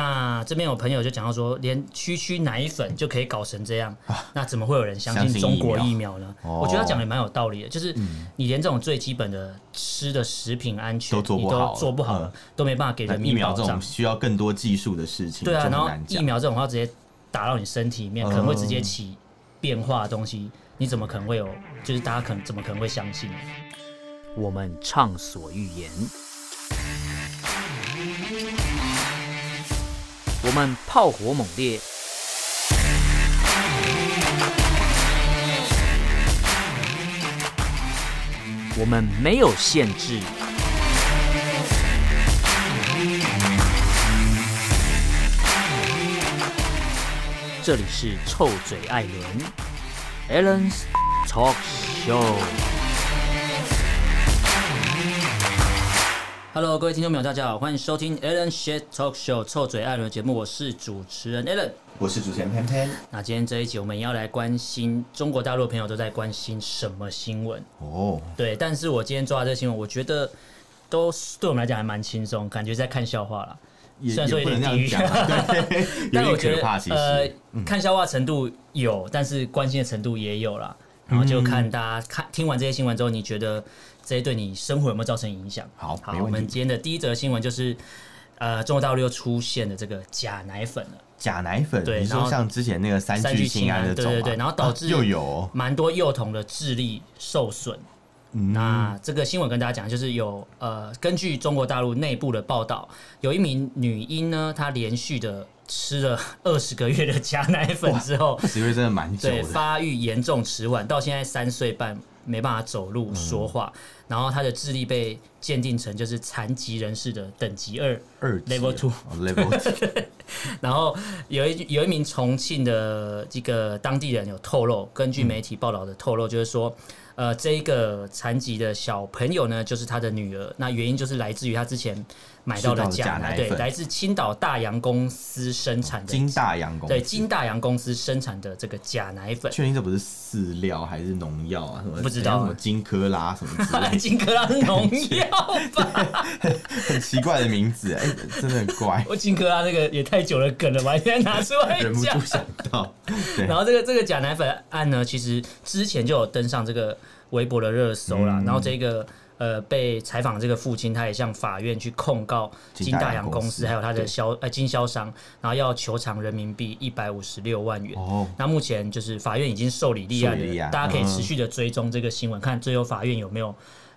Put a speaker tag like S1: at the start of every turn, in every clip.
S1: 那这边有朋友就讲到说，连区区奶粉就可以搞成这样，那怎么会有人相
S2: 啊相
S1: 信
S2: 信
S1: 中国
S2: 疫苗
S1: 疫苗呢？
S2: 哦嗯
S1: 我觉得他讲的蛮有道理的，就是你连这种最基本的吃的食品安全
S2: 都做
S1: 你
S2: 不
S1: 都
S2: 好
S1: 做不好了，都没办法给
S2: 但
S1: 人
S2: 疫
S1: 民
S2: 苗
S1: 保
S2: 这
S1: 障
S2: 种。需要更多技术的事情，
S1: 对啊，
S2: 就很
S1: 然后
S2: 难
S1: 疫
S2: 讲。
S1: 苗这种话直接打到你身体里面，可能会直接起变化的东西，你怎么可能会有？就是大家可能怎么可能会相信？
S3: 我们畅所欲言；我们炮火猛烈；我们没有限制。这里是臭嘴艾伦 a l l e n s Talk Show。
S1: Hello，各位听众朋友，大家好，欢迎收听 Alan Shit Talk Show 臭嘴艾伦的节目，我是主持人 Alan。
S2: 我是主持人潘潘，
S1: 那今天这一集我们要来关心中国大陆的朋友都在关心什么新闻？
S2: 哦，
S1: 对，但是我今天抓的这个新闻，我觉得都是对我们来讲还蛮轻松，感觉在看笑话啦。
S2: 也
S1: 虽然说
S2: 也不
S1: 有点
S2: 能这
S1: 地狱
S2: 样讲啊， 对，
S1: 但
S2: 有
S1: 我
S2: 点
S1: 觉
S2: 可
S1: 得
S2: 怕。其
S1: 呃
S2: 实，嗯
S1: 看笑话程度有，但是关心的程度也有啦。然后就看大
S2: 嗯
S1: 家看听完这些新闻之后，你觉得这些对你生活有没有造成影响？
S2: 好
S1: 好，
S2: 没
S1: 我
S2: 问
S1: 们
S2: 题
S1: 今天的第一则新闻就是，呃，中国大陆又出现了这个假奶粉了。
S2: 假奶粉，
S1: 对
S2: 你
S1: 然
S2: 说
S1: 后
S2: 像之前那个三
S1: 三
S2: 聚
S1: 聚氰
S2: 氰胺
S1: 胺
S2: 那
S1: 对
S2: 种啊，
S1: 对对然后导
S2: 啊
S1: 致
S2: 又有哦
S1: 蛮多幼童的智力受损。那这个新闻跟大家讲，就是有呃，根据中国大陆内部的报道，有一名女婴呢，她连续的吃了二十个月的假奶粉之后，
S2: 二十月真的蛮久
S1: 对
S2: 的，
S1: 发育严重迟缓，到现在三岁半没办法走路、说话，然后她的智力被鉴定成就是残疾人士的等级二。
S2: 二级
S1: Level two
S2: 哦 level two
S1: 然后有一有一名重庆的这个当地人有透露，根据媒体报道的透露，就是说，呃，这一个残疾的小朋友呢，就是他的女儿。那原因就是来自于他之前买到的
S2: 吃到的
S1: 假
S2: 假奶
S1: 对，
S2: 粉
S1: 来自青岛大洋公司生产的
S2: 金大洋公司
S1: 对金大洋公司生产的这个假奶粉。
S2: 确定这不是饲料还是农药啊？什么
S1: 不知道啊
S2: 什么金科拉什么之 类的，
S1: 金克拉是农药吧？，
S2: 很奇怪的名字，哎，真的很怪
S1: 我金克拉那个也太久的梗了吧，现在拿出来
S2: 忍不
S1: 讲
S2: 住。想到。对
S1: 然，后这个这个假奶粉案呢，其实之前就有登上这个微博的热搜
S2: 嗯
S1: 啦。然后这个呃被采访的这个父亲，他也向法院去控告金
S2: 金大
S1: 大
S2: 洋
S1: 洋
S2: 公
S1: 公司
S2: 司
S1: 还有他的
S2: 对
S1: 销呃经销商，然后要求偿人民币一百五十六万元。
S2: 哦，
S1: 那目前就是法院已经受理立案
S2: 受理立
S1: 了，
S2: 案
S1: 大家可以
S2: 嗯
S1: 持续的追踪这个新闻，看最后法院有没有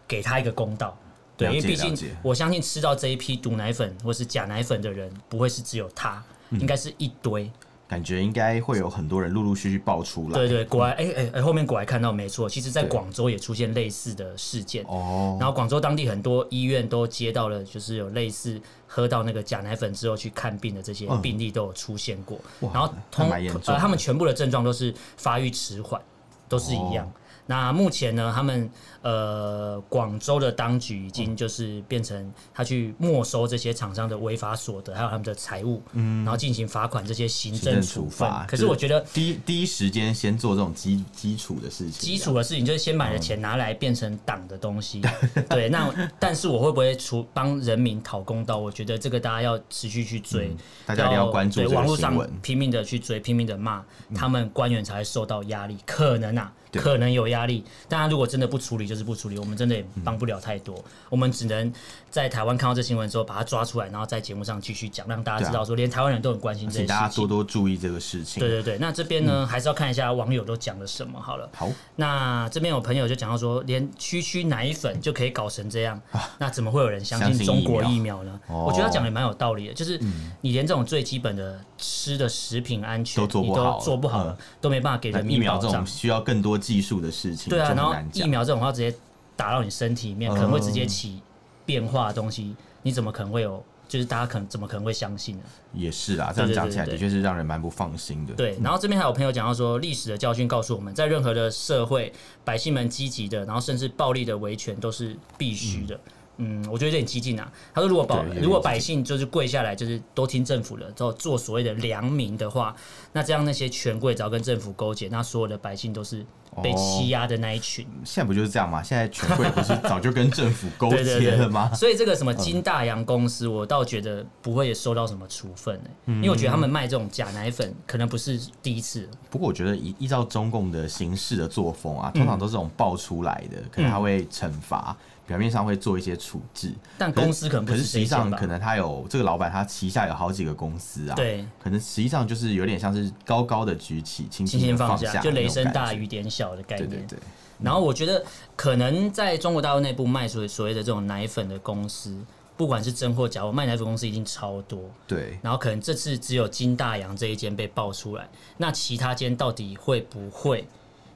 S1: 给他一个公道。对，
S2: 了
S1: 因
S2: 解
S1: 为毕竟
S2: 了解
S1: 我相信吃到这一批毒奶粉或是假奶粉的人，不会是只有他，
S2: 嗯
S1: 应该是一堆。
S2: 感觉应该会有很多人陆陆续续爆出来。
S1: 对对，果然，哎哎哎，后面果然看到没错，其实在
S2: 对
S1: 广州也出现类似的事件。
S2: 哦，
S1: 然后广州当地很多医院都接到了，就是有类似喝到那个假奶粉之后去看病的这些
S2: 嗯
S1: 病例都有出现过。
S2: 哇
S1: 然后
S2: 那
S1: 通
S2: 蛮严重的
S1: 呃，他们全部的症状都是发育迟缓，都是一样。
S2: 哦
S1: 那目前呢，他们呃广州的当局已经就是变成他去没收这些厂商的违法所得，还有他们的财物，然后进行罚款这些行
S2: 嗯行
S1: 政
S2: 政
S1: 处
S2: 处
S1: 分
S2: 罚。
S1: 可是
S2: 就是
S1: 我觉得
S2: 第一第一时间先做这种基基础的事情，啊
S1: 基础的事情，就是先买的钱拿来变成党的东西。
S2: 嗯
S1: 对，那但是我会不会除帮人民讨公道？我觉得这个大家要持续去追，
S2: 嗯大家一定要关注
S1: 对
S2: 这个
S1: 网络
S2: 新
S1: 上
S2: 闻嗯
S1: 拼命的去追，拼命的骂，他们官员才会受到压力。可能啊，
S2: 对
S1: 可能有压力。当然，如果真的不处理，就是不处理，我们真的也
S2: 嗯
S1: 帮不了太多。我们只能在台湾看到这新闻之后，把它抓出来，然后在节目上继续讲，让大家
S2: 对啊
S1: 知道说，连台湾人都很关心这
S2: 请
S1: 些
S2: 大家
S1: 事
S2: 多嗯
S1: 情。
S2: 多注意这个事情。
S1: 对对对，那这边呢，还是要看一下网友都讲了什么好了。
S2: 好，
S1: 那这边有朋友就讲到说，连区区奶粉就可以搞成这样，
S2: 啊
S1: 那怎么会有人相信中国疫苗呢？
S2: 哦嗯
S1: 我觉得他讲的蛮有道理的，就是你连这种最基本的吃的食品安全
S2: 都做
S1: 你
S2: 不好嗯
S1: 都做不好了，都没办法给
S2: 那
S1: 人
S2: 疫
S1: 民
S2: 苗
S1: 保
S2: 这
S1: 障
S2: 种。需要更多技术的事情，
S1: 对啊，
S2: 就
S1: 然
S2: 很
S1: 后
S2: 难
S1: 疫
S2: 讲。嗯
S1: 苗这种话直接打到你身体里面，可能会直接起变化的东西，你怎么可能会有？就是大家可能怎么可能会相信呢？
S2: 也是啦，这样
S1: 对对
S2: 讲起来
S1: 对
S2: 的
S1: 对
S2: 确是让人蛮不放心的。
S1: 对，然后这边还有朋友讲到说，历史的教训告诉我们，在任何的社会，百姓们积极的，然后甚至暴力的维权都是必须的。嗯，我觉得有点激进啊。他说，如果保
S2: 对有点
S1: 如果
S2: 激进
S1: 百姓就是跪下来，就是都听政府了，之后做所谓的良民的话，那这样那些权贵只要跟政府勾结，那所有的百姓都是
S2: 哦
S1: 被欺压的那一群。
S2: 现在不就是这样吗？现在权贵不是早就跟政府 勾
S1: 对对
S2: 结了吗嗯
S1: 对，？所以这个什么金大洋公司，我倒觉得不会受到什么处分、欸
S2: 嗯
S1: 因为我觉得他们卖这种假奶粉可能不是第一次。
S2: 不过我觉得依依照中共的行事的作风啊，通常都是这种爆出来的，可能
S1: 嗯
S2: 他会惩罚，表面上会做一些处置，
S1: 但
S2: 可是
S1: 公司可能不
S2: 可是
S1: 止
S2: 实
S1: 这
S2: 际
S1: 一间
S2: 上
S1: 吧
S2: 可能他有这个老板，他旗下有好几个公司啊，，
S1: 对，
S2: 可能实际上就是有点像是高高的举起，
S1: 轻
S2: 轻轻
S1: 轻
S2: 地
S1: 放
S2: 嗯放
S1: 下，
S2: 的
S1: 就雷声
S2: 那种
S1: 大
S2: 感觉
S1: 雨点小的概
S2: 对
S1: 念。
S2: 对对，嗯
S1: 然后我觉得可能在中国大陆内部卖出所谓的这种奶粉的公司，不管是真或假，我卖奶粉公司一定超多。
S2: 对，
S1: 然后可能这次只有金大洋这一间被爆出来，那其他间到底会不会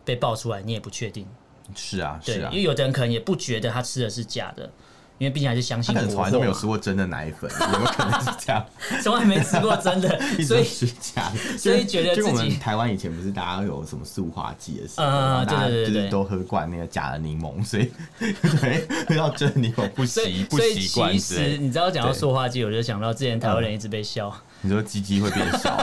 S1: 被爆出来，你也不确定。
S2: 是啊
S1: 对，
S2: 是啊
S1: 因为，有的人可能也不觉得他吃的是假的，因为毕竟还是相
S2: 他
S1: 信
S2: 可能
S1: 国
S2: 从来
S1: 货
S2: 都没有
S1: 嘛
S2: 吃过真的奶粉，有没有可能是这样？
S1: 从来没吃过真 的
S2: 一，直
S1: 所
S2: 都
S1: 以
S2: 吃假的，
S1: 所以觉得
S2: 就跟我
S1: 自己
S2: 们台湾以前不是大家有什么塑化剂的事，
S1: 嗯嗯嗯
S2: 大家
S1: 对对对
S2: 就
S1: 对
S2: 是都喝惯那个假的柠檬，所以对喝到真的柠檬不
S1: 所以
S2: 习不
S1: 所以
S2: 习惯嗯
S1: 其
S2: 之
S1: 实
S2: 类的。
S1: 你知道讲到塑化剂，我就想到之前台湾人一直被笑。
S2: 你说鸡鸡会变小，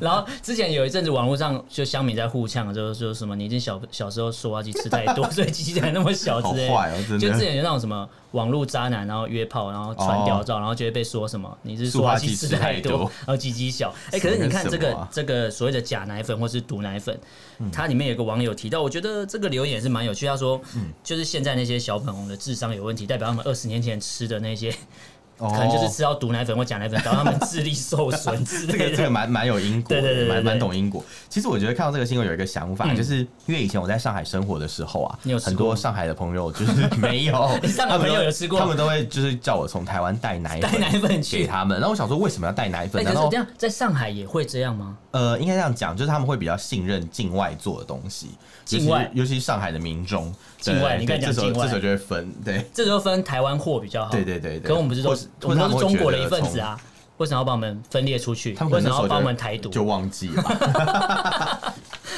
S1: 然后之前有一阵子网络上就乡民在互呛，就是说什么你已经小小时候塑化剂吃太 多，所以鸡鸡才那么小之类
S2: 好坏哦真的
S1: 就之前有那种什么网络渣男，然后约炮，然后
S2: 哦
S1: 传屌照，然后就会被说什么你是塑化剂吃太
S2: 塑化剂吃太多
S1: 然后鸡鸡小。哎、可是你看这
S2: 什么跟什
S1: 个、
S2: 么啊嗯
S1: 这个所谓的假奶粉或是毒奶粉，它里面有个网友提到，我觉得这个留言也是蛮有趣。他说，
S2: 嗯
S1: 就是现在那些小粉红的智商有问题，代表他们二十年前吃的那些，
S2: 可
S1: 可能就是吃到毒奶粉或假奶粉，导致他们智力受损之
S2: 这
S1: 类
S2: 个
S1: 的。
S2: 这个蛮蛮有因果
S1: 对
S2: 的，
S1: 对对对对嗯
S2: 蛮蛮懂因果。其实我觉得看到这个新闻有一个想法，就是因为以前我在上海生活的时候啊
S1: 你有，吃
S2: 很
S1: 过吗
S2: 多上海的朋友就是没有，
S1: 上海
S2: 他们
S1: 朋友
S2: 都
S1: 有吃过
S2: 他们都会就是叫我从台湾带奶
S1: 带奶粉去
S2: 给他们。然后我想说为什么要带奶
S1: 哎、
S2: 粉？
S1: 可
S2: 然
S1: 是
S2: 后
S1: 这样，在上海也会这样吗？
S2: 呃，应该这样讲，就是他们会比较信任境外做的东西，尤其
S1: 境外
S2: 是尤其是上海的民众，
S1: 境外
S2: 对
S1: 你刚才讲
S2: 对这时候
S1: 境外
S2: 这时候就会分，对
S1: 这就分台湾货比较好。
S2: 对对对对
S1: 可我们不是都
S2: 或
S1: 是
S2: 是
S1: 我们都是
S2: 或者他
S1: 中
S2: 们会
S1: 国的
S2: 觉
S1: 一
S2: 得
S1: 份子啊？为什么要把我们分裂出去
S2: 他？们可
S1: 为
S2: 能
S1: 什么要
S2: 那时候
S1: 把
S2: 就
S1: 我们台独？
S2: 就忘记 了吧，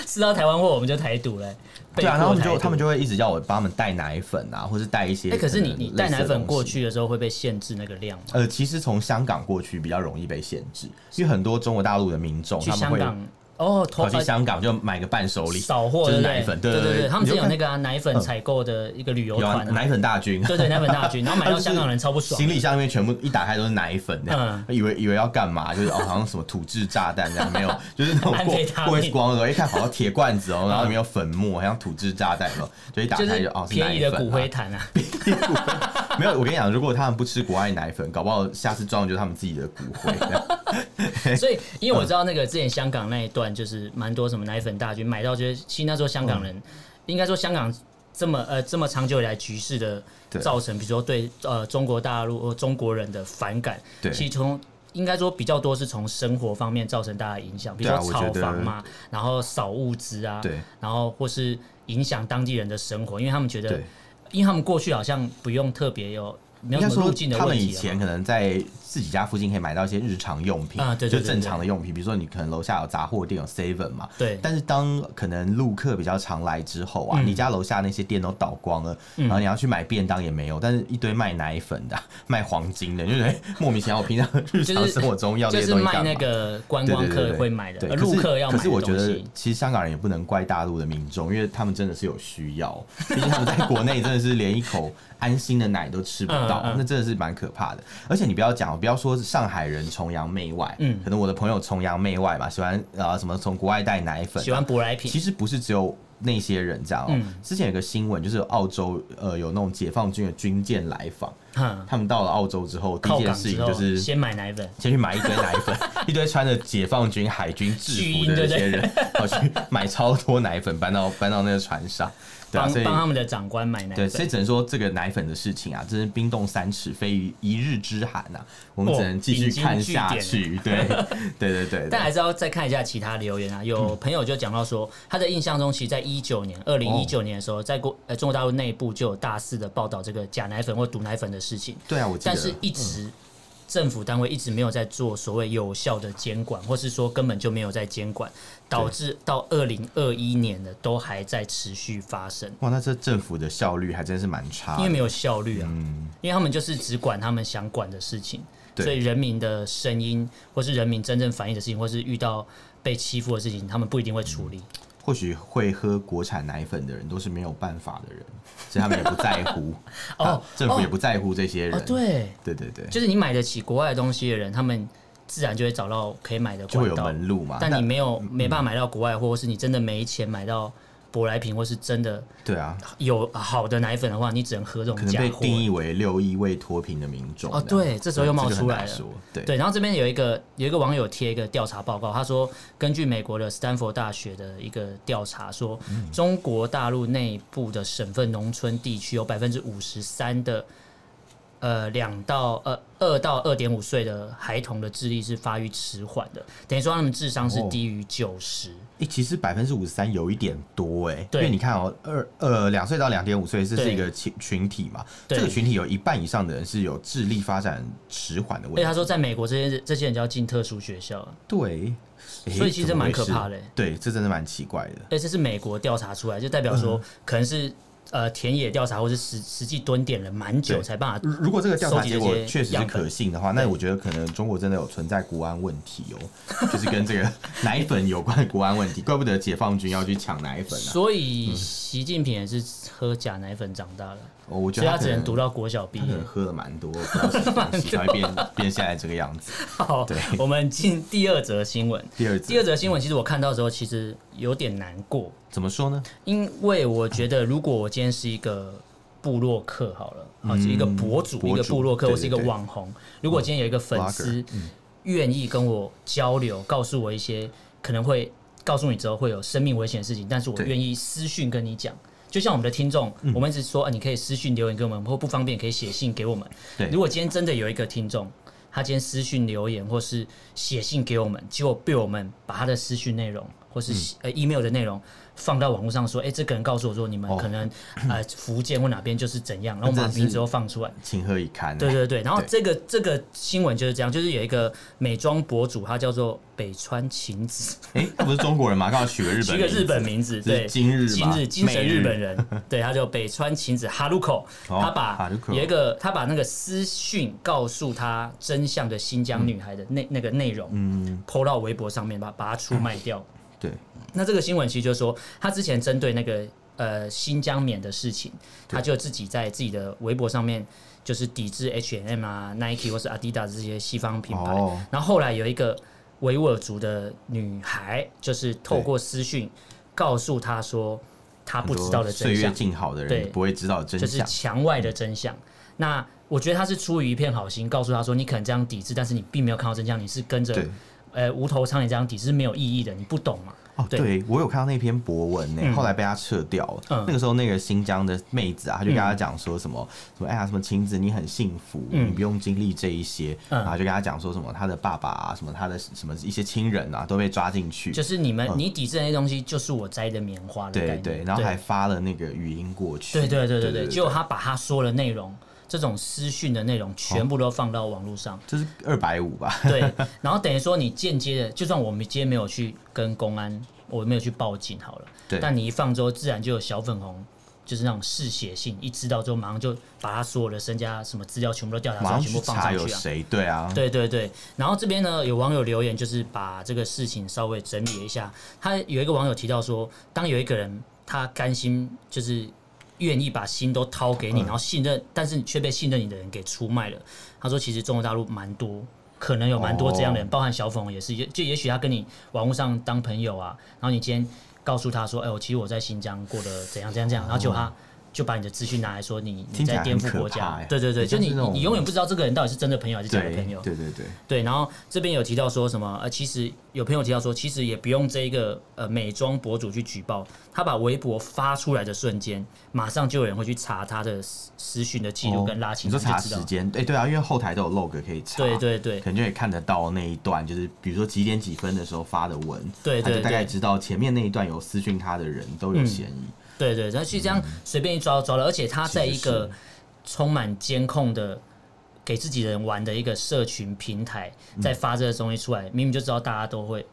S1: 吃到台湾货，我们就台独嘞、
S2: 对
S1: 被迫
S2: 啊，然后他们
S1: 台
S2: 就
S1: 独
S2: 他们就会一直叫我帮他们带奶粉啊，或是带一些。
S1: 哎、可是你你带奶粉过
S2: 去。
S1: 去的时候会被限制那个量吗？
S2: 呃，其实从香港过去比较容易被限制，因为很多中国大陆的民众
S1: 去
S2: 他们
S1: 香
S2: 会
S1: 港哦，投
S2: 跑去香港就买个伴手礼，
S1: 扫货
S2: 就
S1: 对
S2: 是
S1: 不
S2: 奶粉，
S1: 对
S2: 对
S1: 对
S2: 对，
S1: 他们之前有那
S2: 个
S1: 个、啊、奶粉采购的一个旅游
S2: 嗯有啊
S1: 团、啊，
S2: 奶粉大军，
S1: 对对奶粉大军，然后买到
S2: 就是
S1: 香港人超不爽嗯
S2: 行。李箱里面全部一打开都是奶粉，这样以为以为要干嘛，就是哦好像什么土制炸弹这样，没有，就是 那种
S1: 安非他
S2: 过过
S1: 命
S2: 光了，一哎看好像铁罐 子哦，然后里面有粉末，好像土制炸弹哦，就一打
S1: 嗯就
S2: 开
S1: 是
S2: 就哦是奶
S1: 便宜的
S2: 粉
S1: 骨
S2: 啊
S1: 灰坛啊，
S2: 没有，我跟你讲，如果他们不吃国外奶粉，搞不好下次装的就是他们自己的骨灰。这样
S1: 所以因为我知道那个之前香港那一段就是蛮多什么奶粉大军买到，觉得其实那时候香港
S2: 嗯
S1: 人、应该说香港这么呃这么长久以来局势的
S2: 对
S1: 造成，比如说对呃中国大陆或中国人的反感，
S2: 对
S1: 其实从应该说比较多是从生活方面造成大家的影响，比如
S2: 对啊
S1: 说
S2: 我
S1: 炒
S2: 觉得
S1: 房嘛，然后扫物资啊，
S2: 对，
S1: 然后或是影响当地人的生活，因为他们觉得
S2: 对，
S1: 因为他们过去好像不用特别有没
S2: 应
S1: 有
S2: 该
S1: 什么
S2: 说
S1: 路径的
S2: 他
S1: 问
S2: 们以
S1: 题了
S2: 前
S1: 嘛。
S2: 可能在自己家附近可以买到一些日常用品
S1: 啊对对对
S2: 就正常的用品，比如说你可能楼下有杂货店有 Seven 嘛。
S1: 对，
S2: 但是当可能陆客比较常来之后啊，
S1: 嗯
S2: 你家楼下那些店都倒光了，然后你要去买便当也没有，但是一堆卖奶粉的啊、 卖黄金的，你就觉得 莫名其妙。我平常日常生活中要这
S1: 就
S2: 些
S1: 是
S2: 东西
S1: 卖
S2: 干嘛？
S1: 那个观
S2: 对
S1: 光
S2: 对对
S1: 客
S2: 对
S1: 会买的，
S2: 对
S1: 呃
S2: 可
S1: 陆
S2: 是
S1: 客要买
S2: 可
S1: 的
S2: 是我
S1: 东
S2: 觉得
S1: 西。，
S2: 其实香港人也不能怪大陆的民众，因为他们真的是有需要， 毕竟他们在国内真的是连一口安心的奶都吃不到，
S1: 嗯嗯嗯
S2: 那真的是蛮可怕的。而且你不要讲，不要说上海人崇洋媚外，
S1: 嗯
S2: 可能我的朋友崇洋媚外嘛，喜欢呃什么从国外带奶粉啊，
S1: 喜欢舶来品
S2: 其，实不是只有那些人这样、哦
S1: 嗯
S2: 之前有个新闻，就是澳洲呃有那种解放军的军舰来访，
S1: 哼，
S2: 他们到了澳洲之后，第
S1: 靠
S2: 一件
S1: 港
S2: 事
S1: 之
S2: 情
S1: 后
S2: 就是
S1: 先买奶粉，
S2: 先去买一堆奶粉， 一堆穿着解放军海军制服的那些人，跑去买超多奶粉搬到搬到那个船上，对啊，
S1: 帮
S2: 所以
S1: 帮他们的长官买奶
S2: 对，
S1: 粉。
S2: 所以只能说这个奶粉的事情啊，真是冰冻三尺，非于一日之寒啊，我们只
S1: 哦
S2: 能继续看下去。 对，对对对
S1: 但
S2: 对，
S1: 还是要再看一下其他留言啊。
S2: 嗯
S1: 有朋友就讲到说，他的印象中，其实在一九年、二零一
S2: 哦
S1: 九年的时候，在国呃中国大陆内部就有大肆的报道这个假奶粉或毒奶粉的事情，
S2: 对啊，我记
S1: 但是
S2: 得。
S1: 一直政府单位一直没有在做所谓有效的监管，或是说根本就没有在监管，导致到二零二一年的都还在持续发生，
S2: 哇，那这政府的效率还真是蛮差的，
S1: 因为没有效率啊，
S2: 嗯，
S1: 因为他们就是只管他们想管的事情，
S2: 对
S1: 所以人民的声音，或是人民真正反映的事情，或是遇到被欺负的事情，他们不一定会处理。，
S2: 或许会喝国产奶粉的人都是没有办法的人，所以他们也不在乎
S1: 哦
S2: 啊 政府
S1: 哦
S2: 也不在乎这些人，
S1: 哦，对，
S2: 对对对，
S1: 就是你买得起国外的东西的人，他们自然就会找到可以买的
S2: 就
S1: 管
S2: 会有
S1: 道。
S2: 门路嘛，
S1: 但
S2: 那嗯
S1: 你没有没办法买到国外的货，或是你真的没钱买到舶来品，或是真的
S2: 对啊，
S1: 有好的奶粉的话，你只能喝这
S2: 可
S1: 种
S2: 能
S1: 假
S2: 被
S1: 货。
S2: 定义为六亿未脱贫的民众
S1: 哦
S2: 这样
S1: 对这时候又冒
S2: 个很
S1: 出来
S2: 难
S1: 了
S2: 说对
S1: 对，然后这边有一个有一个网友贴一个调查报告，他说根据美国的斯坦福大学的一个调查说，
S2: 嗯
S1: 中国大陆内部的省份农村地区有百分之五十三的呃两到呃二到二点五岁的孩童的智力是发育迟缓的，等于说他们智商是
S2: 哦
S1: 低于九十。
S2: 欸，其实百分之五十三有一点多哎、
S1: 对
S2: 因为你看哦、二呃两岁到两点五岁这是
S1: 对
S2: 一个群群体嘛，
S1: 对
S2: 这个群体有一半以上的人是有智力发展迟缓的问
S1: 而且
S2: 题。
S1: 他说，在美国这些这些人就要进特殊学校了，
S2: 对，欸
S1: 所以其实
S2: 怎么
S1: 蛮
S2: 回
S1: 可
S2: 事
S1: 怕的欸
S2: 对，这真的蛮奇怪的。
S1: 哎，这是美国调查出来，就代表说
S2: 嗯
S1: 可能是。呃，田野调查或是实实际蹲点了蛮久
S2: 对
S1: 才办法
S2: 如如果这个调查
S1: 收集这
S2: 结果
S1: 些
S2: 确实是
S1: 样本
S2: 可信的话，那我觉得可能中国真的有存在国安问题哦、就是跟这个奶粉有关的国安问题， 怪不得解放军要去抢奶粉啊！
S1: 所以习近平也是喝假奶粉长大的，
S2: 哦我觉
S1: 所以
S2: 得
S1: 他
S2: 可
S1: 只
S2: 能
S1: 能读到国小毕
S2: 他可
S1: 业
S2: 能。喝了蛮多，不知道什么东西才会变变现在这个样子。
S1: 好，我们进第二则新闻。
S2: 第二
S1: 第二
S2: 次
S1: 则新闻，其实我看到的时候，其实有点难过，
S2: 怎么说呢？
S1: 因为我觉得如果我今天是一个部落客好了，好、是一个博主，
S2: 嗯博主
S1: 一个部落客，
S2: 对
S1: 我是一个
S2: 对对嗯
S1: 网红，如果今天有一个粉丝愿意跟我交流，告诉我一些可能会告诉你之后会有生命危险的事情，但是我
S2: 对嗯
S1: 愿意私讯跟你讲。就像我们的听众，我们一直说啊，你可以私讯留言给我们，或不方便可以写信给我们。
S2: 对
S1: 如果今天真的有一个听众，他今天私讯留言或是写信给我们，结果被我们把他的私讯内容或
S2: 嗯
S1: 是、呃 email 的内容放到网络上说，哎、这个人告诉我说你们
S2: 哦
S1: 可能、呃福建或哪边就是怎样，然后我们
S2: 那真
S1: 把
S2: 是
S1: 名字都放出来。
S2: 情何以堪、啊？
S1: 对对对，然后
S2: 对
S1: 这个这个新闻就是这样，就是有一个美妆博主，他叫做北川晴子，
S2: 哎，他不是中国人吗？刚好取个日
S1: 取
S2: 本，
S1: 一个日本。名字，
S2: 这是
S1: 对，
S2: 今日
S1: 今
S2: 吗
S1: 日精神
S2: 美
S1: 日
S2: 日
S1: 本人， 对，他叫北川晴子哈鲁口，
S2: 哦
S1: 他把
S2: Haruko
S1: 有一个他把那个私讯告诉他真相的新疆女孩的那、那个内容，嗯，抛到微博上面，把把它出卖掉。
S2: 对，
S1: 那这个新闻其实就是说，他之前针对那个呃新疆棉的事情，他就自己在自己的微博上面就是抵制 H&M 啊、Nike 或是 Adidas 这些西方品牌。
S2: 哦
S1: 然后后来有一个维吾尔族的女孩，就是透过私讯告诉他说，她不知道的
S2: 岁
S1: 真
S2: 月
S1: 相，
S2: 静好的
S1: 对
S2: 人不会知道真
S1: 就是
S2: 相。
S1: 墙外的真相。那我觉得他是出于一片好心，告诉他说，你可能这样抵制，但是你并没有看到真相，你是跟着
S2: 对。
S1: 呃无头苍蝇这样抵制是没有意义的，你不懂嘛？
S2: 哦，
S1: 对
S2: 对，我有看到那篇博文呢、
S1: 嗯
S2: 后来被他撤掉了。
S1: 嗯
S2: 那个时候，那个新疆的妹子啊，她就跟他讲说什么、什么，哎呀，什么晴子，你很幸福，
S1: 嗯
S2: 你不用经历这一些。
S1: 嗯
S2: 然后就跟他讲说什么，他的爸爸啊，什么他的什么一些亲人啊，都被抓进去。
S1: 就是你们、你抵制的那些东西，就是我摘的棉花的概
S2: 嗯对
S1: 念。
S2: 对，然后还发了那个语音过去。
S1: 对对对对对，结果他把他说的内容，这种私讯的内容全部都放到网络 上。
S2: 这是二百五吧？
S1: 对，然后等于说你间接的，就算我们今天没有去跟公安，我没有去报警好了，
S2: 对
S1: 但你一放之后，自然就有小粉红。就是那种嗜血性，一知道之后马上就把他所有的身家、什么资料全部都调查出
S2: 马
S1: 来，
S2: 上
S1: 全部
S2: 去
S1: 放
S2: 查
S1: 上
S2: 有
S1: 去啊！
S2: 谁？对啊，
S1: 对对对，然后这边呢有网友留言，就是把这个事情稍微整理一下。他有一个网友提到说，当有一个人他甘心就是愿意把心都掏给你，
S2: 嗯
S1: 然后信任，但是你却被信任你的人给出卖了。他说，其实中国大陆蛮多。可能有蛮多这样的
S2: 哦
S1: 人，包含小粉红也是，也就也许他跟你网络上当朋友啊，然后你今天告诉他说，哎、我其实我在新疆过得怎样怎样怎样，然后结果他就把你的资讯拿来说你你
S2: 听起
S1: 在
S2: 来
S1: 颠
S2: 很
S1: 覆
S2: 可
S1: 国
S2: 怕
S1: 家
S2: 欸，
S1: 对对对，
S2: 很像
S1: 就你
S2: 是那
S1: 你
S2: 种
S1: 你永远不知道这个人到底是真的朋友还是假的朋友，
S2: 对对对，
S1: 对，然后这边有提到说什么？呃，其实有朋友提到说，其实也不用这一个呃美妆博主去举报，他把微博发出来的瞬间，马上就有人会去查他的私私讯的记录跟拉
S2: 哦
S1: 琴，
S2: 你说
S1: 就
S2: 查
S1: 知道
S2: 时间，哎、对啊，因为后台都有 log 可以查，
S1: 对对对
S2: 可能就可以看得到那一段，就是比如说几点几分的时候发的文，
S1: 对
S2: 他
S1: 对
S2: 就大概
S1: 对嗯
S2: 知道前面那一段有私讯他的人都有嫌疑，
S1: 对对，然后去这样随便一抓就抓了，而且他在一
S2: 其实
S1: 个
S2: 是
S1: 充满监控的给自己人玩的一个社群平台，在发这个东西出来，明明就知道大家都会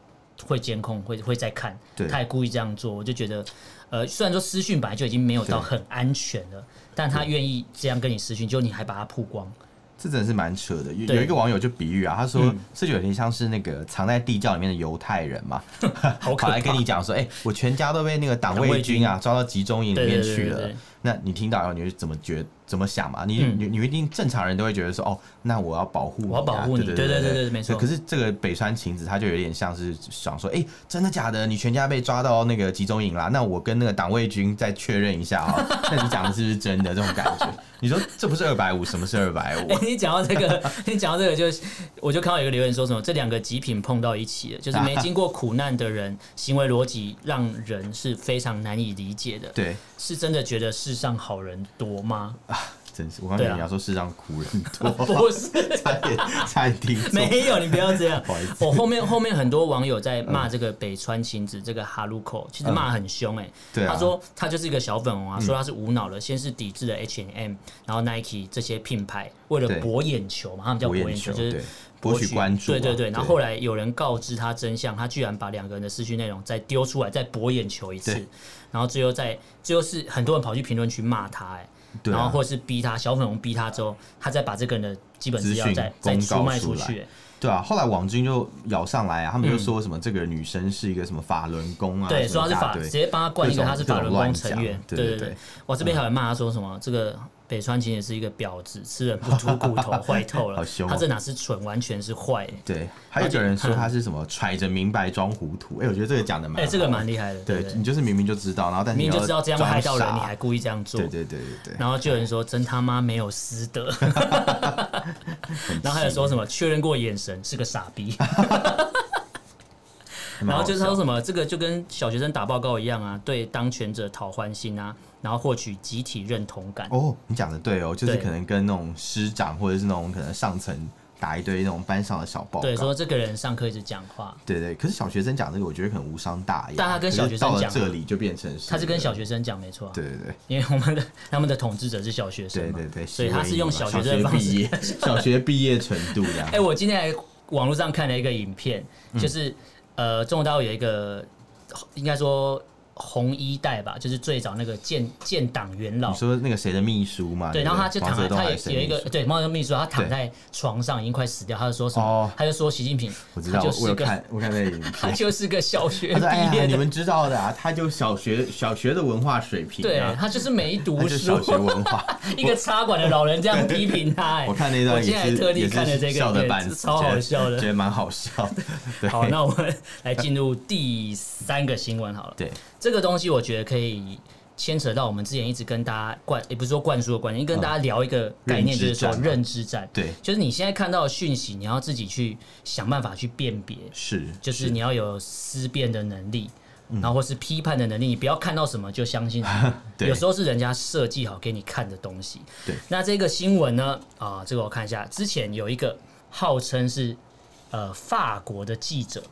S1: 会监控，会会在看
S2: 对，
S1: 他也故意这样做，我就觉得，呃，虽然说私讯本来就已经没有到很安全了，但他愿意这样跟你私讯，就你还把它曝光，
S2: 这真的是蛮扯的。有
S1: 对嗯
S2: 有一个网友就比喻啊，他说这就有点像是那个藏在地窖里面的犹太人嘛，
S1: 好可
S2: 跑
S1: 怕
S2: 来。跟你讲说，哎、我全家都被那个党卫军啊抓到集中营里面去了。
S1: 对对对对对
S2: 那你听到以后，你会怎么觉怎么想嘛？你、你你一定正常人都会觉得说，哦，那我要保护你啊、
S1: 我要保护你
S2: 对
S1: 对
S2: 对
S1: 对对对没错
S2: 可是这个北川晴子，她就有点像是想说，哎、真的假的？你全家被抓到那个集中营啦？那我跟那个党卫军再确认一下啊、 那你讲的是不是真的？这种感觉，你说这不是二百五，什么是二百五？
S1: 哎、你讲到这个，你讲到这个就，是我就看到有一个留言说什么，这两个极品碰到一起了，就是没经过苦难的人，行为逻辑让人是非常难以理解的。
S2: 对，
S1: 是真的觉得世上好人多 吗？
S2: 真是我刚才
S1: 对啊
S2: 你要说世上苦人多，
S1: 不是，
S2: 差点差点听错。
S1: 没有，你不要这样
S2: 好意思。
S1: 我后面后面很多网友在骂这个北川晴子这个哈鲁口，其实骂很凶哎、
S2: 嗯对啊嗯
S1: 他说他就是一个小粉红啊，说他是无脑的，先是抵制了 H&M，然后 Nike 这些品牌，为了
S2: 对
S1: 博眼球嘛，他们叫博眼球，就
S2: 对
S1: 是。
S2: 博取关注啊，
S1: 对对对。然后后来有人告知他真相，他居然把两个人的私讯内容再丢出来，再博眼球一次
S2: 对，
S1: 然后最后再最后是很多人跑去评论区骂他、哎、
S2: 对啊
S1: 然后或者是逼他小粉红逼他之后，他再把这个人的基本资料
S2: 资讯
S1: 再
S2: 公
S1: 再
S2: 告
S1: 出卖出
S2: 出来
S1: 去、哎
S2: 对啊，后来网军就咬上来啊，他们就说什么这个女生是一个什么法轮功啊，
S1: 嗯对，
S2: 什
S1: 说
S2: 么
S1: 他
S2: 一
S1: 是
S2: 大
S1: 法，
S2: 堆
S1: 直接帮他冠一个
S2: 各种
S1: 他是法轮功成员。
S2: 各种乱讲
S1: 对
S2: 对对
S1: 对，我这边还有人骂他说什么，这个北川晴也是一个婊子，吃人不吐骨 头，坏透了。
S2: 好凶哦
S1: 他这哪是蠢，完全是坏。
S2: 对，还有一个人说他是什么揣着明白装糊涂，哎，我觉得这个讲的蛮
S1: 哎，
S2: 好，
S1: 这个蛮厉害的。
S2: 对
S1: 对，
S2: 你就是明明就知道，然后但是
S1: 明明就知道这样会害到人，
S2: 装
S1: 你
S2: 傻
S1: 还故意这样做
S2: 对。对对对对，
S1: 然后就有人说真他妈没有私 德，然后还有说什么确认过眼神是个傻 逼，然后就是他说什么这个就跟小学生打报告一样啊，对当权者讨欢心啊，然后获取集体认同感。
S2: 哦，你讲的对哦，就是
S1: 对
S2: 可能跟那种师长或者是那种可能上层打一堆那种班上的小报
S1: 对，
S2: 告。
S1: 说这个人上课一直讲话，
S2: 对对，可是小学生讲这个，我觉得可能无伤大雅。
S1: 但他跟
S2: 可是
S1: 小学生
S2: 到了
S1: 讲啊
S2: 这里就变成
S1: 他是跟小
S2: 学
S1: 学生讲没错啊，
S2: 对对对，
S1: 因为我们的 他们的统治者是小学生
S2: 对
S1: 嘛，
S2: 对对，
S1: 所以他是用小学
S2: 学
S1: 生的方
S2: 毕
S1: 式。
S2: 业，小学毕业程度这样
S1: 哎、。我今天还网络上看了一个影片，
S2: 嗯
S1: 就是、呃，中国大陆有一个应该说红一代吧，就是最早那个建建党元老
S2: 你，说那个谁的秘书嘛？
S1: 对，
S2: 啊
S1: 然
S2: 那个
S1: 后他就躺
S2: 毛
S1: 在
S2: 泽东
S1: 他
S2: 还
S1: 也
S2: 是
S1: 有
S2: 谁
S1: 一个
S2: 秘书
S1: 对毛泽东秘书，他躺
S2: 对
S1: 在床上已经快死掉，他就说什么？
S2: 哦
S1: 他就说习近平，
S2: 我知
S1: 他
S2: 道，
S1: 就
S2: 我
S1: 是
S2: 有
S1: 个
S2: 看，我看那个影
S1: 他
S2: 片。
S1: 就是个小学
S2: 他说：“哎
S1: 毕
S2: 呀，
S1: 业
S2: 你
S1: 的，
S2: 们知道的啊，他就小学小学的文化水平
S1: 对
S2: 啊，
S1: 他就是没读
S2: 他就
S1: 书
S2: 小，学文化。
S1: 一个茶馆的老人这样批评他、哎，
S2: 我看那
S1: 我
S2: 段
S1: 今
S2: 也
S1: 天还
S2: 是
S1: 特地
S2: 也是
S1: 看了这
S2: 笑
S1: 个
S2: 的
S1: 影
S2: 板
S1: 片，
S2: 子，
S1: 超好笑
S2: 觉
S1: 的。
S2: 得蛮好笑。对，
S1: 好，那我们来进入第三个新闻好了。
S2: 对
S1: 这个东西我觉得可以牵扯到我们之前一直跟大家灌，也不是说灌输的观念，跟大家聊一个概念，
S2: 嗯认
S1: 就
S2: 知
S1: 是说
S2: 战啊嘛
S1: 认知战。
S2: 对，
S1: 就是你现在看到的讯息，你要自己去想办法去辨别，
S2: 是嗯
S1: 就是你要有思辨的能力。然后或是批判的能力，你不要看到什么就相 信什么
S2: 对
S1: 有时候是人家设计好给你看的东西。
S2: 对
S1: 那这个新闻呢？啊、这个我看一下，之前有一个号称是呃法国的记者，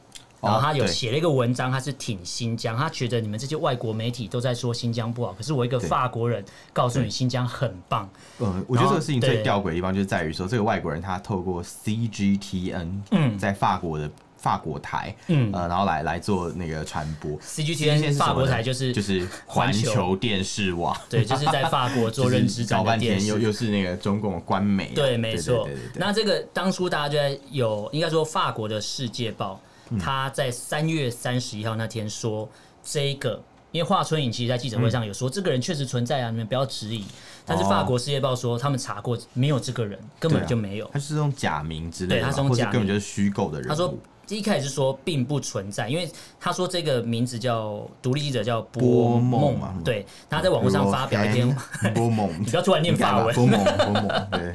S1: 然后他有
S2: 对
S1: 写了一个文章，他是挺新疆，他觉得你们这些外国媒体都在说新疆不好，可是我一个
S2: 对
S1: 法国人告诉你新疆很棒，
S2: 嗯，我觉得这个事情最
S1: 对
S2: 吊诡的地方就是在于说，这个外国人他透过 CGTN，
S1: 嗯
S2: 在法国的法国台，
S1: 嗯
S2: 呃，然后来来做那个传播。
S1: CGTN
S2: 是什么呢
S1: 法国台就是
S2: 就是
S1: 环
S2: 环
S1: 球
S2: 球电视网，
S1: 对，就是在法国做
S2: 就是
S1: 认知战
S2: 搞
S1: 的
S2: 半
S1: 电
S2: 天
S1: 视
S2: 又。又是那个中共的官媒啊，
S1: 对，没错
S2: 对对对。对
S1: 那这个当初大家就在有，应该说法国的《世界报》，
S2: 嗯
S1: 他在三月三十一号那天说这个。因为华春莹其实在记者会上有说，这个人确实存在啊，你们不要质疑。但是法国
S3: 哦
S1: 《世界报》说，他们查过没有这个人，根本
S2: 对啊
S1: 就没有。
S2: 他是用假名之类
S1: 对
S2: 的
S1: 他
S2: 嘛，
S1: 是用
S2: 或者
S1: 假名
S2: 根本就是虚构的人物。
S1: 他说一开始是说并不存在，因为他说这个名字叫独立记者叫波
S2: 波哦
S1: 梦
S2: 梦嘛嗯
S1: 对，他在网络上发表一篇，
S2: 波猛，你
S1: 不要突然念法文
S2: 波猛波猛，对，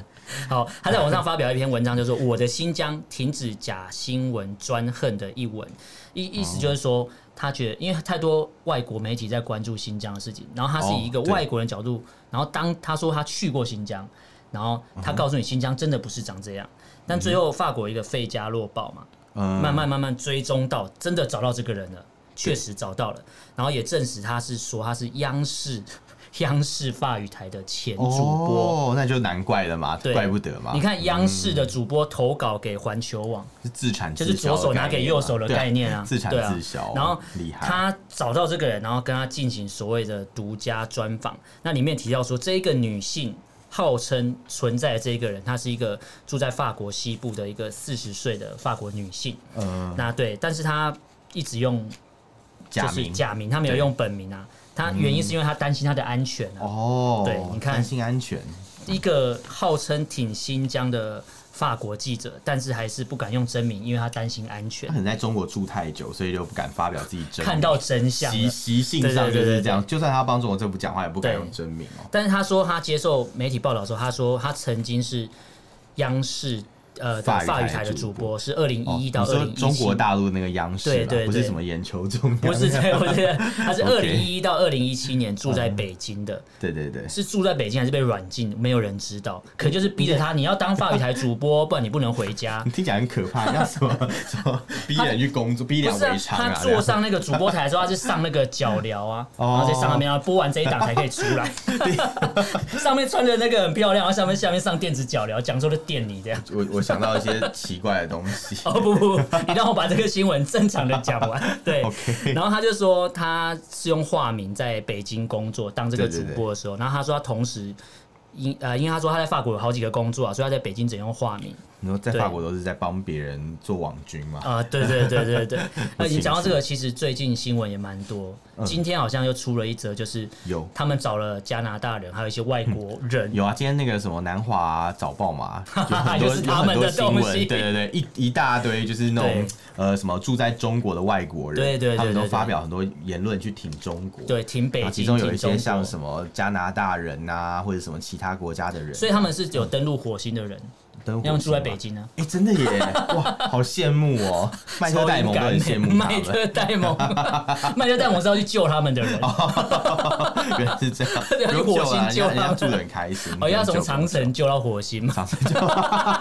S1: 好，他在网上发表一篇文章，就说“我的新疆停止假新闻专横”的一文，意意
S2: 哦
S1: 思就是说，他觉得因为太多外国媒体在关注新疆的事情，然后他是以一个
S2: 哦对
S1: 外国人角度，然后当他说他去过新疆，然后他告诉你新疆真的不是长这样，但最后法国一个费加洛报嘛，
S2: 嗯，
S1: 慢慢慢慢追踪到真的找到这个人了，确实找到了，然后也证实他是说他是央视。 央视法语台的前主播。
S2: 哦，那就难怪了嘛，
S1: 对
S2: 怪不得嘛。
S1: 你看央视的主播投稿给环球网，
S2: 是自产
S1: 就是
S2: 自销
S1: 左手
S2: 的
S1: 拿
S2: 概
S1: 给
S2: 念
S1: 右
S2: 嘛
S1: 手的
S2: 对
S1: 概念啊，
S2: 自产
S1: 对啊
S2: 自销，
S1: 然后
S2: 厉害。
S1: 他找到这个人，然后跟他进行所谓的独家专访。那里面提到说，这一个女性号称存在的这一个人，她是一个住在法国西部的一个四十岁的法国女性。
S2: 嗯，
S1: 那对，但是她一直用就
S2: 假
S1: 是
S2: 名
S1: 假名，她没有
S2: 对嗯
S1: 用本名啊。她原因是因为她担心她的安全啊。
S2: 哦，
S1: 对你看
S2: 担心安全，
S1: 一个号称挺新疆的法国记者，但是还是不敢用真名，因为她担心安全
S2: 他可。能在中国住太久，所以就不敢发表自己真名。
S1: 看到真相了
S2: 习习性上就是这样，就算他帮中国政府讲话，也不敢用真名哦。
S1: 但是他说他接受媒体报道的时候，他说他曾经是央视呃的
S2: 法语台
S1: 法语台的主播，是二零
S2: 哦
S1: 一一
S2: 你
S1: 到二
S2: 说
S1: 零一
S2: 中国
S1: 七。
S2: 大陆那个央视吧，
S1: 对对
S2: 不
S1: 对
S2: 是什么眼球中，
S1: 不是这，不是，他是二
S2: OK 嗯
S1: 零一一到二零一七年住在北京的，
S2: 对对对，
S1: 是住在北京还是被软禁，没有人知道。可能就是逼着他，
S2: 嗯
S1: 你要当法语台主播，不然你不能回家
S2: 你。听起来很可怕，像 什么什么逼人去工作，逼
S1: 不
S2: 人
S1: 是啊
S2: 围，场
S1: 他
S2: 啊，
S1: 坐上那个主播台 的时候，他是上那个脚镣 啊，然
S2: 哦
S1: 后再上那边啊，播完这一档才可以出 来。上面穿着那个很漂亮，然后下面下面上电子脚镣，讲说就电你这样。
S2: 这样我我想到一些奇怪的东西
S1: 哦不不，不你让我把这个新闻正常的讲完。 对
S2: OK
S1: 然后他就说他是用化名在北京工作，当这个
S2: 对
S1: 主
S2: 对对
S1: 播的时候，然后他说他同时因呃，因为他说他在法国有好几个工作啊，所以他在北京只能用化名。
S2: 你说在
S1: 对
S2: 法国都是在帮别人做网军嘛？
S1: 啊、对对对对 对。那
S2: 清
S1: 你
S2: 楚
S1: 讲到这个，其实最近新闻也蛮多，今天好像又出了一则，就是
S2: 有
S1: 他们找了加拿大人，还有一些外国人。
S2: 有啊，今天那个什么南华、早 报嘛，有很多
S1: 又是他
S2: 有很
S1: 们
S2: 多
S1: 的
S2: 新
S1: 东
S2: 闻，
S1: 西
S2: 对对对，一一大堆就是那种
S1: 对
S2: 呃什么住在中国的外国人，
S1: 对对对
S2: 他们都
S1: 对对
S2: 发表很多言论去挺中国，
S1: 对，挺北
S2: 然后
S1: 京，
S2: 啊其中有
S1: 挺
S2: 一
S1: 中
S2: 些
S1: 国
S2: 像什么加拿大人呐、或者什么其他国家的人，
S1: 所以他们是有登陆火星的人，
S2: 灯火
S1: 他们住在
S2: 通
S1: 北
S2: 嘛。
S1: 京啊。
S2: 哎、真的 耶！哇，好羡慕哦，麦特戴蒙都很羡慕他
S1: 麦
S2: 们，
S1: 特戴 蒙，麦特戴蒙是要去救他们的人，哦，
S2: 原来是这样，
S1: 要去
S2: 不
S1: 火
S2: 用
S1: 星
S2: 啊人
S1: 救他
S2: 家人家
S1: 们哦
S2: 住的很开心，不用
S1: 要
S2: 救
S1: 从长城救到火星嘛。
S2: 长城就，哦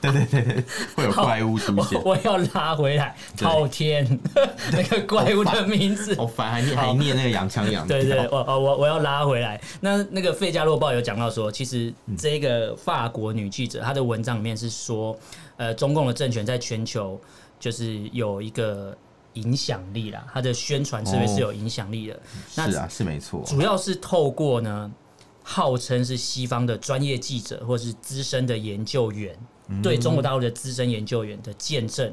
S2: 对对对对对，会有怪物出
S1: 我
S2: 现，
S1: 我要拉回来，
S2: 对
S1: 昊天 那个怪物的名字。
S2: 好烦，还念还念那个洋腔洋调，
S1: 对对，我哦我我要拉回来。那那个《费加洛报》有讲到说，其实
S2: 嗯
S1: 这个法国女记者她的文章里面是说，呃，中共的政权在全球就是有一个影响力啦，它的宣传策略是有影响力的。那
S2: 哦是啊，是没错，
S1: 主要是透过呢，号称是西方的专业记者或是资深的研究员，
S2: 嗯
S1: 对中国大陆的资深研究员的见证，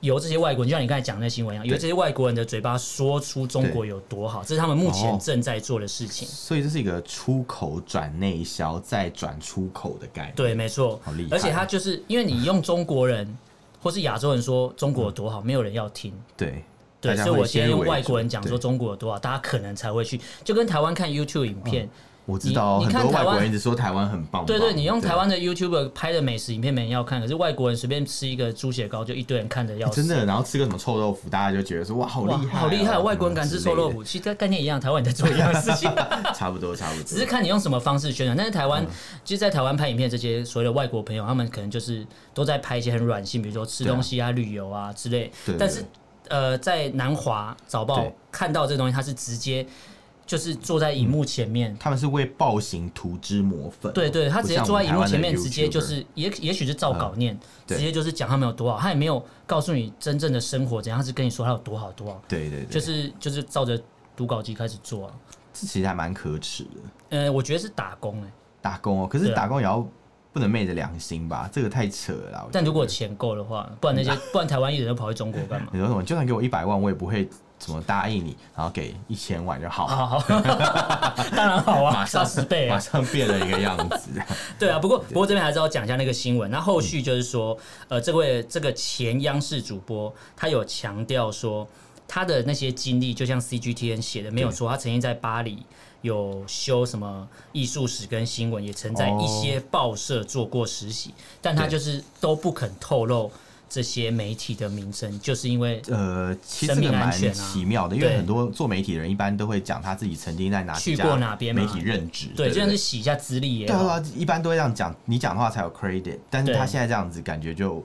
S1: 由这些外国人，就像你刚才讲的那新闻一样，由这些外国人的嘴巴说出中国有多好，这是他们目前
S2: 哦
S1: 正在做的事情。
S2: 所以这是一个出口转内销再转出口的概念，
S1: 对，没错
S2: 好厉害，
S1: 而且他就是因为你用中国人或是亚洲人说中国有多好，没有人要听。
S2: 对
S1: 对，
S2: 大家
S1: 所以
S2: 会
S1: 我今天
S2: 先入
S1: 用
S2: 为
S1: 外国人
S2: 主
S1: 讲
S2: 对
S1: 说中国有多好，大家可能才会去，就跟台湾看 YouTube 影
S2: 哦
S1: 片，
S2: 我知道
S1: 你你
S2: 很
S1: 看
S2: 多外
S1: 台湾
S2: 国人一直说台湾很棒，
S1: 对对，
S2: 棒
S1: 你用台湾的 YouTuber 拍的美食影片没人要看，可是外国人随便吃一个猪血糕就一堆人看着要死。
S2: 真的，然后吃个什么臭豆腐，大家就觉得说哇，好厉
S1: 哇，
S2: 害啊，
S1: 好厉害！外国人敢吃臭豆
S2: 腐，
S1: 腐，其实概念一样，台湾也在做一样的事 情，
S2: 差不多差不多，
S1: 只是看你用什么方式宣传。但是台
S2: 嗯
S1: 湾，其实，在台湾拍影片，这些所谓的外国朋友，他们可能就是都在拍一些很软性，比如说吃
S2: 对啊
S1: 东西啊、旅游啊之类
S2: 对。
S1: 但是，呃，在南华早报
S2: 对
S1: 看到这东西，他是直接就是坐在荧幕前面，
S2: 他们是为暴行涂脂抹粉，哦
S1: 对对，他直接坐在荧幕前面，
S2: 不像我们台湾的
S1: 直接就
S2: YouTuber 嗯
S1: 是也也许是照稿念，
S2: 对
S1: 直接就是讲他们有多好，他也没有告诉你真正的生活怎样，他是跟你说他有多好多好，
S2: 对对对，
S1: 就
S2: 就是
S1: 是就是照着读稿机开始做啊。
S2: 其实还蛮可耻的，
S1: 呃，我觉得是打工哎、
S2: 打工哦，可
S1: 对
S2: 是
S1: 啊
S2: 打工也要不能昧着良心吧，这个太扯了啦。我觉得
S1: 但如果钱够的话，不然那些
S2: 嗯
S1: 不然台湾艺人都跑去中国干嘛？
S2: 你说什么，就算给我一百万，我也不会怎么答应你，然后给一千万就好，
S1: 啊好好，当然好啊，杀十倍
S2: 马
S1: 啊！
S2: 上变了一个样子。
S1: 对啊，不过不过这边还是要讲一下那个新闻。那后续就是说，呃，这位这个前央视主播，他有强调说，他的那些经历就像 CGTN 写的没有错，他曾经在巴黎有修什么艺术史跟新闻，也曾在一些报社做过实习，但他就是都不肯透露这些媒体的名称，就是因为
S2: 呃，其实
S1: 生
S2: 这
S1: 命
S2: 个
S1: 安
S2: 蛮
S1: 全啊
S2: 奇妙的，因为
S1: 对
S2: 很多做媒体的人一般都会讲他自己曾经在哪几
S1: 去
S2: 家
S1: 过哪边嘛
S2: 媒体任职，
S1: 对，
S2: 不
S1: 就算是洗一下资历也
S2: 对啊对
S1: 好。
S2: 啊，一般都会这样讲，你讲的话才有 credit，但是
S1: 对
S2: 他现在这样子，感觉就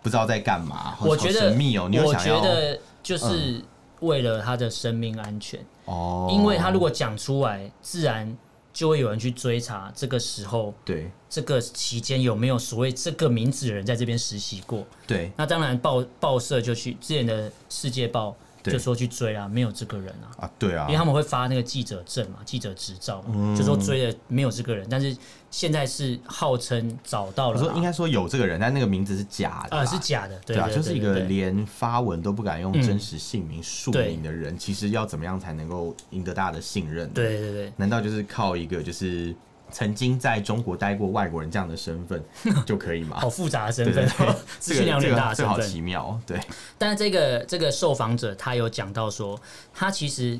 S2: 不知道在干嘛，好
S1: 我觉
S2: 好
S1: 得，
S2: 神秘哦，你又
S1: 我
S2: 想嗯
S1: 觉
S2: 要。
S1: 得就是为了他的生命安全，
S2: 哦，
S1: 因为他如果讲出来，自然就会有人去追查这个时候
S2: 对
S1: 这个期间有没有所谓这个名字的人在这边实习过。
S2: 对
S1: 那当然报报社就去之前的《世界报》
S2: 对
S1: 就说去追啊，没有这个人啊。
S2: 啊，对啊
S1: 因为，他们会发那个记者证嘛，记者执照嘛，
S2: 嗯
S1: 就说追了没有这个人，但是现在是号称找到
S2: 我
S1: 了啦，
S2: 说应该说有这个人，但那个名字是假的啦，
S1: 呃是假的，对
S2: 对啊，
S1: 对
S2: 就是一个
S1: 对对
S2: 连发文都不敢用
S1: 嗯
S2: 真实姓名署名的人，其实要怎么样才能够赢得大家的信任？，
S1: 对对对，
S2: 难道就是靠一个就是曾经在中国待过外国人这样的 身份就可以吗
S1: 好？复杂的身
S2: 对对
S1: 份
S2: 对，，
S1: 哦资
S2: 这
S1: 讯
S2: 个
S1: 量有
S2: 这
S1: 点大
S2: 个
S1: 的
S2: 这
S1: 身
S2: 个好
S1: 份。
S2: 奇妙哦，对
S1: 但是这个这个受访者他有讲到说，他其实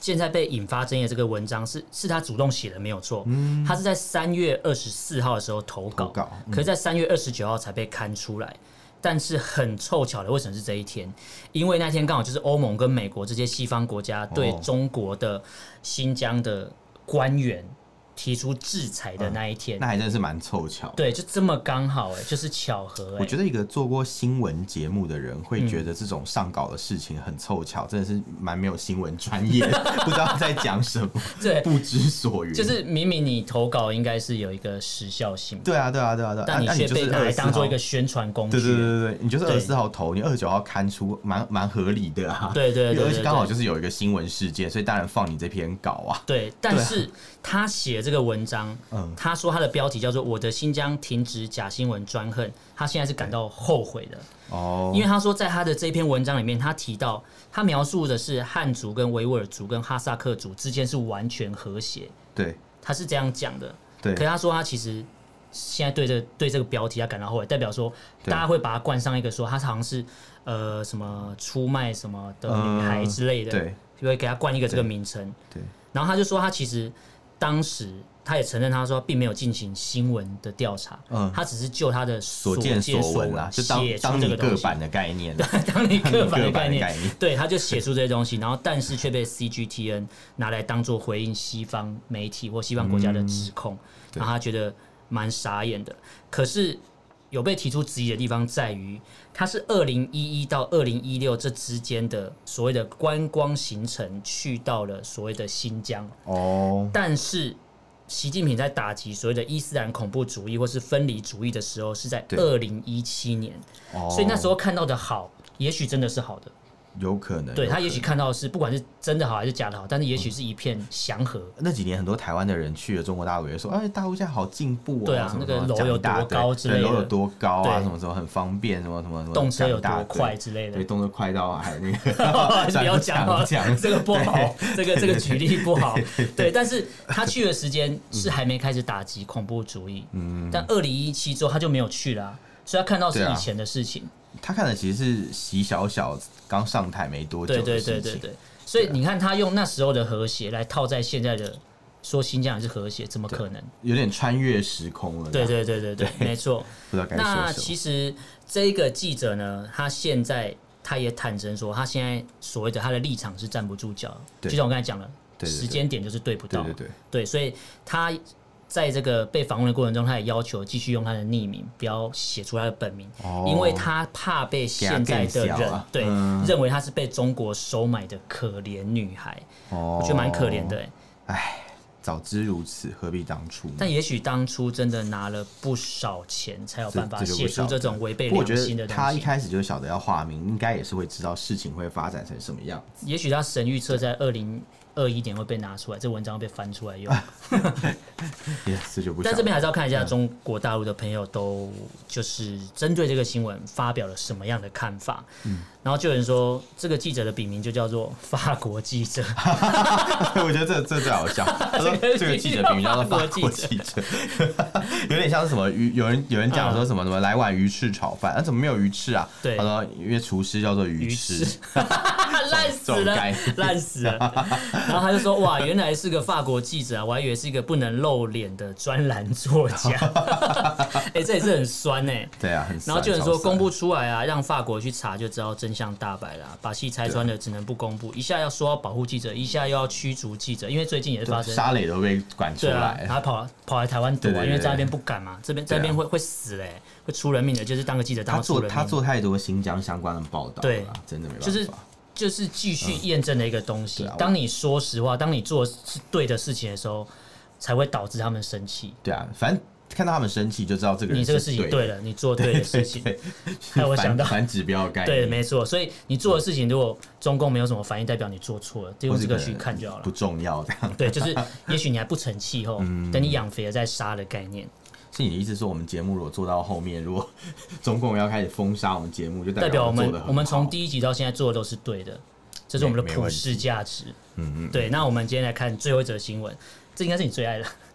S1: 现在被引发争议的这个文章是是他主动写的，没有错。他是在三月二十四号的时候投稿，
S2: 嗯投稿嗯
S1: 可是在三月二十九号才被刊出来。但是很凑巧的，为什么是这一天？因为那天刚好就是欧盟跟美国这些西方国家对
S2: 哦
S1: 中国的新疆的官员提出制裁的那一天。
S2: 嗯那还真是蛮凑巧的。
S1: 对，就这么刚好哎、就是巧合哎、
S2: 我觉得一个做过新闻节目的人会
S1: 嗯
S2: 觉得这种上稿的事情很凑巧，真的是蛮没有新闻专业， 不知道在讲什么，
S1: 对
S2: 不知所云。
S1: 就是明明你投稿应该是有一个时效性，
S2: 对啊，对啊，对啊，对啊。
S1: 但你
S2: 啊
S1: 却
S2: 就
S1: 被
S2: 是
S1: 拿来
S2: 24
S1: 当做一
S2: 号
S1: 个宣传工具。
S2: 对对对对对，你就是二
S1: 对
S2: 十四号投，你二十九号刊出，蛮蛮合理的啊。
S1: 对对对
S2: 因为
S1: 对
S2: 而且
S1: 对
S2: 刚好就是有一个新闻事件，所以当然放你这篇稿啊。
S1: 对但是他写这个文章，
S2: 嗯
S1: 他说他的标题叫做《我的新疆停止假新闻专横》，他现在是感到后悔的，
S2: 哦，
S1: 因为他说在他的这篇文章里面，他提到他描述的是汉族跟维吾尔族跟哈萨克族之间是完全和谐，
S2: 对
S1: 他是这样讲的。
S2: 对
S1: 可是他说他其实现在对这对这个标题他感到后悔，代表说
S2: 对
S1: 大家会把它冠上一个说他好像是呃什么出卖什么的女孩之类的，
S2: 嗯对
S1: 就会给他冠一个这个名称。
S2: 对，
S1: 然后他就说他其实当时他也承认他说并没有进行新闻的调查，
S2: 嗯
S1: 他只是就他的所
S2: 所见
S1: 所
S2: 所闻啊，就当
S1: 写出
S2: 当
S1: 这
S2: 你
S1: 个东
S2: 个
S1: 西。
S2: 版的概念啊，
S1: 当你 刻板的
S2: 个
S1: 概
S2: 版的
S1: 念，
S2: 概念。
S1: 对，他就写出这些东西，然后但是却被 CGTN 拿来当做回应西方媒体或西方国家的指控，然后他觉得蛮傻眼的。可是有被提出质疑的地方在于，它是二零一一到二零一六这之间的所谓的观光行程去到了所谓的新疆，
S2: 哦，
S1: 但是。习近平在打击所谓的伊斯兰恐怖主义或是分离主义的时候，是在
S2: 对
S1: 二零一七年，
S2: 哦
S1: 所以那时候看到的好，也许真的是好的，
S2: 有可能，
S1: 对
S2: 有
S1: 他
S2: 可
S1: 也许
S2: 能
S1: 看到的是不管是真的好还是假的好，但是也许是一
S2: 嗯
S1: 片祥和。
S2: 那几年很多台湾的人去了中国大陆，也说哎，大陆现在好进步哦，
S1: 对啊
S2: 什么
S1: 那个
S2: 什么
S1: 楼有多高之
S2: 讲一大堆对
S1: 类的
S2: 楼有多高啊，
S1: 对
S2: 什么什么很方便，什么什么什么
S1: 动车
S2: 讲一
S1: 有
S2: 大
S1: 多
S2: 堆
S1: 快之类的
S2: 对，。动车快到还 那
S1: 还
S2: 个，
S1: 是不要讲了，
S2: 讲
S1: 这个不好，这个这个举例不好。对，但是他去的时间
S2: 嗯
S1: 是还没开始打击恐怖主义，但二零一七之后他就没有去了啊，所以他看到是
S2: 对啊
S1: 以前的事情。
S2: 他看的其实是习小小刚上台没多久
S1: 对
S2: 的
S1: 对
S2: 事情，
S1: 对对对，所以你看他用那时候的和谐来套在现在的说新疆也是和谐，怎么可能？
S2: 有点穿越时空了。
S1: 对，对对对对，没错。
S2: 不 知道该
S1: 那
S2: 说什
S1: 其
S2: 么。
S1: 实这个记者呢，他现在他也坦诚说，他现在所谓的他的立场是站不住脚，就
S2: 对
S1: 像我刚才讲了，
S2: 对对对
S1: 时间点就是对不
S2: 对
S1: 到，
S2: 对对，
S1: 对所以他在这个被访问的过程中，他也要求继续用他的匿名，不要写出他的本名，
S2: 哦
S1: 因为他怕被现在的
S2: 给他更
S1: 人
S2: 小啊
S1: 对、
S2: 嗯
S1: 认为他是被中国收买的可怜女孩，
S2: 我
S1: 我觉得蛮可怜的、。欸
S2: 唉，哦早知如此，何必当初呢？
S1: 但也许当初真的拿了不少钱，才有
S2: 这
S1: 办法
S2: 这就不
S1: 写出
S2: 晓
S1: 这
S2: 得
S1: 种违背
S2: 不过我
S1: 良
S2: 觉
S1: 心
S2: 得
S1: 的东西。
S2: 他一开始就晓得要化名，应该也是会知道事情会发展成什么样。
S1: 也许他神预测在二零二一年会被拿出来，这文章会被翻出来用。
S2: 也是就不晓
S1: 但这
S2: 得。嗯
S1: 边还是要看一下中国大陆的朋友都就是针对这个新闻发表了什么样的看法。
S2: 嗯
S1: 然后就有人说，这个记者的笔名就叫做法国记 者，
S2: 我觉得这这最好 笑。他说这个记者名叫做法国记者，有点像是什么鱼，有人有人讲说什么什么来碗鱼翅炒饭，啊怎么没有鱼翅啊？
S1: 嗯对
S2: 他说因为厨师叫做鱼
S1: 鱼
S2: 翅
S1: 翅， 烂死
S2: 这种
S1: 了
S2: 概，
S1: 烂死了。然后他就说， 哇，原来是个法国记者啊，我还以为是一个不能露脸的专栏作 家。哎、这也是很酸哎、
S2: 对啊，很酸。
S1: 然后就有人
S2: 超
S1: 说
S2: 酸
S1: 公布出来啊，让法国去查就知道真相大白啦。把戏拆穿了，只能不公布。一下要说要保护记者，一下又要驱逐记者，因为最近也是发生
S2: 沙磊都被管出
S1: 对啊，
S2: 来
S1: 然，后跑跑来台湾躲
S2: 对对
S1: 啊，
S2: 对
S1: 因为在那边不敢嘛，这边在
S2: 对啊
S1: 那边会会死嘞，会出人命的，就是当个记者当
S2: 他
S1: 到出
S2: 做
S1: 人
S2: 他
S1: 命。
S2: 做太多新疆相关的报道了啦，真的没办法。
S1: 就是就是继续验证的一个东西。
S2: 对啊我
S1: 当你说实话，当你做是对的事情的时候，才会导致他们生气。
S2: 对啊，反正看到他们生气就知道这个人
S1: 你这个事情
S2: 对
S1: 对
S2: 的，
S1: 了，你做 对的事情。
S2: 对，
S1: 害我想到
S2: 反反指标的概
S1: 对，
S2: 念，
S1: 没错。所以你做的事情，如果中共没有什么反应，代表你做错了，就用
S2: 或是
S1: 这个
S2: 可能
S1: 去看就好了
S2: 不。重要这样。
S1: 对，就是也许你还不成气候，
S2: 嗯
S1: 等你养肥了再杀的概念，
S2: 是你的意思说，我们节目如果做到后面，如果 中共要开始封杀我们节目，就
S1: 代表我
S2: 做得
S1: 们
S2: 很
S1: 我们从
S2: 好
S1: 第一集到现在做的都是对的，这是我们
S2: 没
S1: 的
S2: 没
S1: 普
S2: 问题
S1: 世价值。
S2: 嗯嗯
S1: 对，那我们今天来看最后一则新闻，这应该是你最爱的。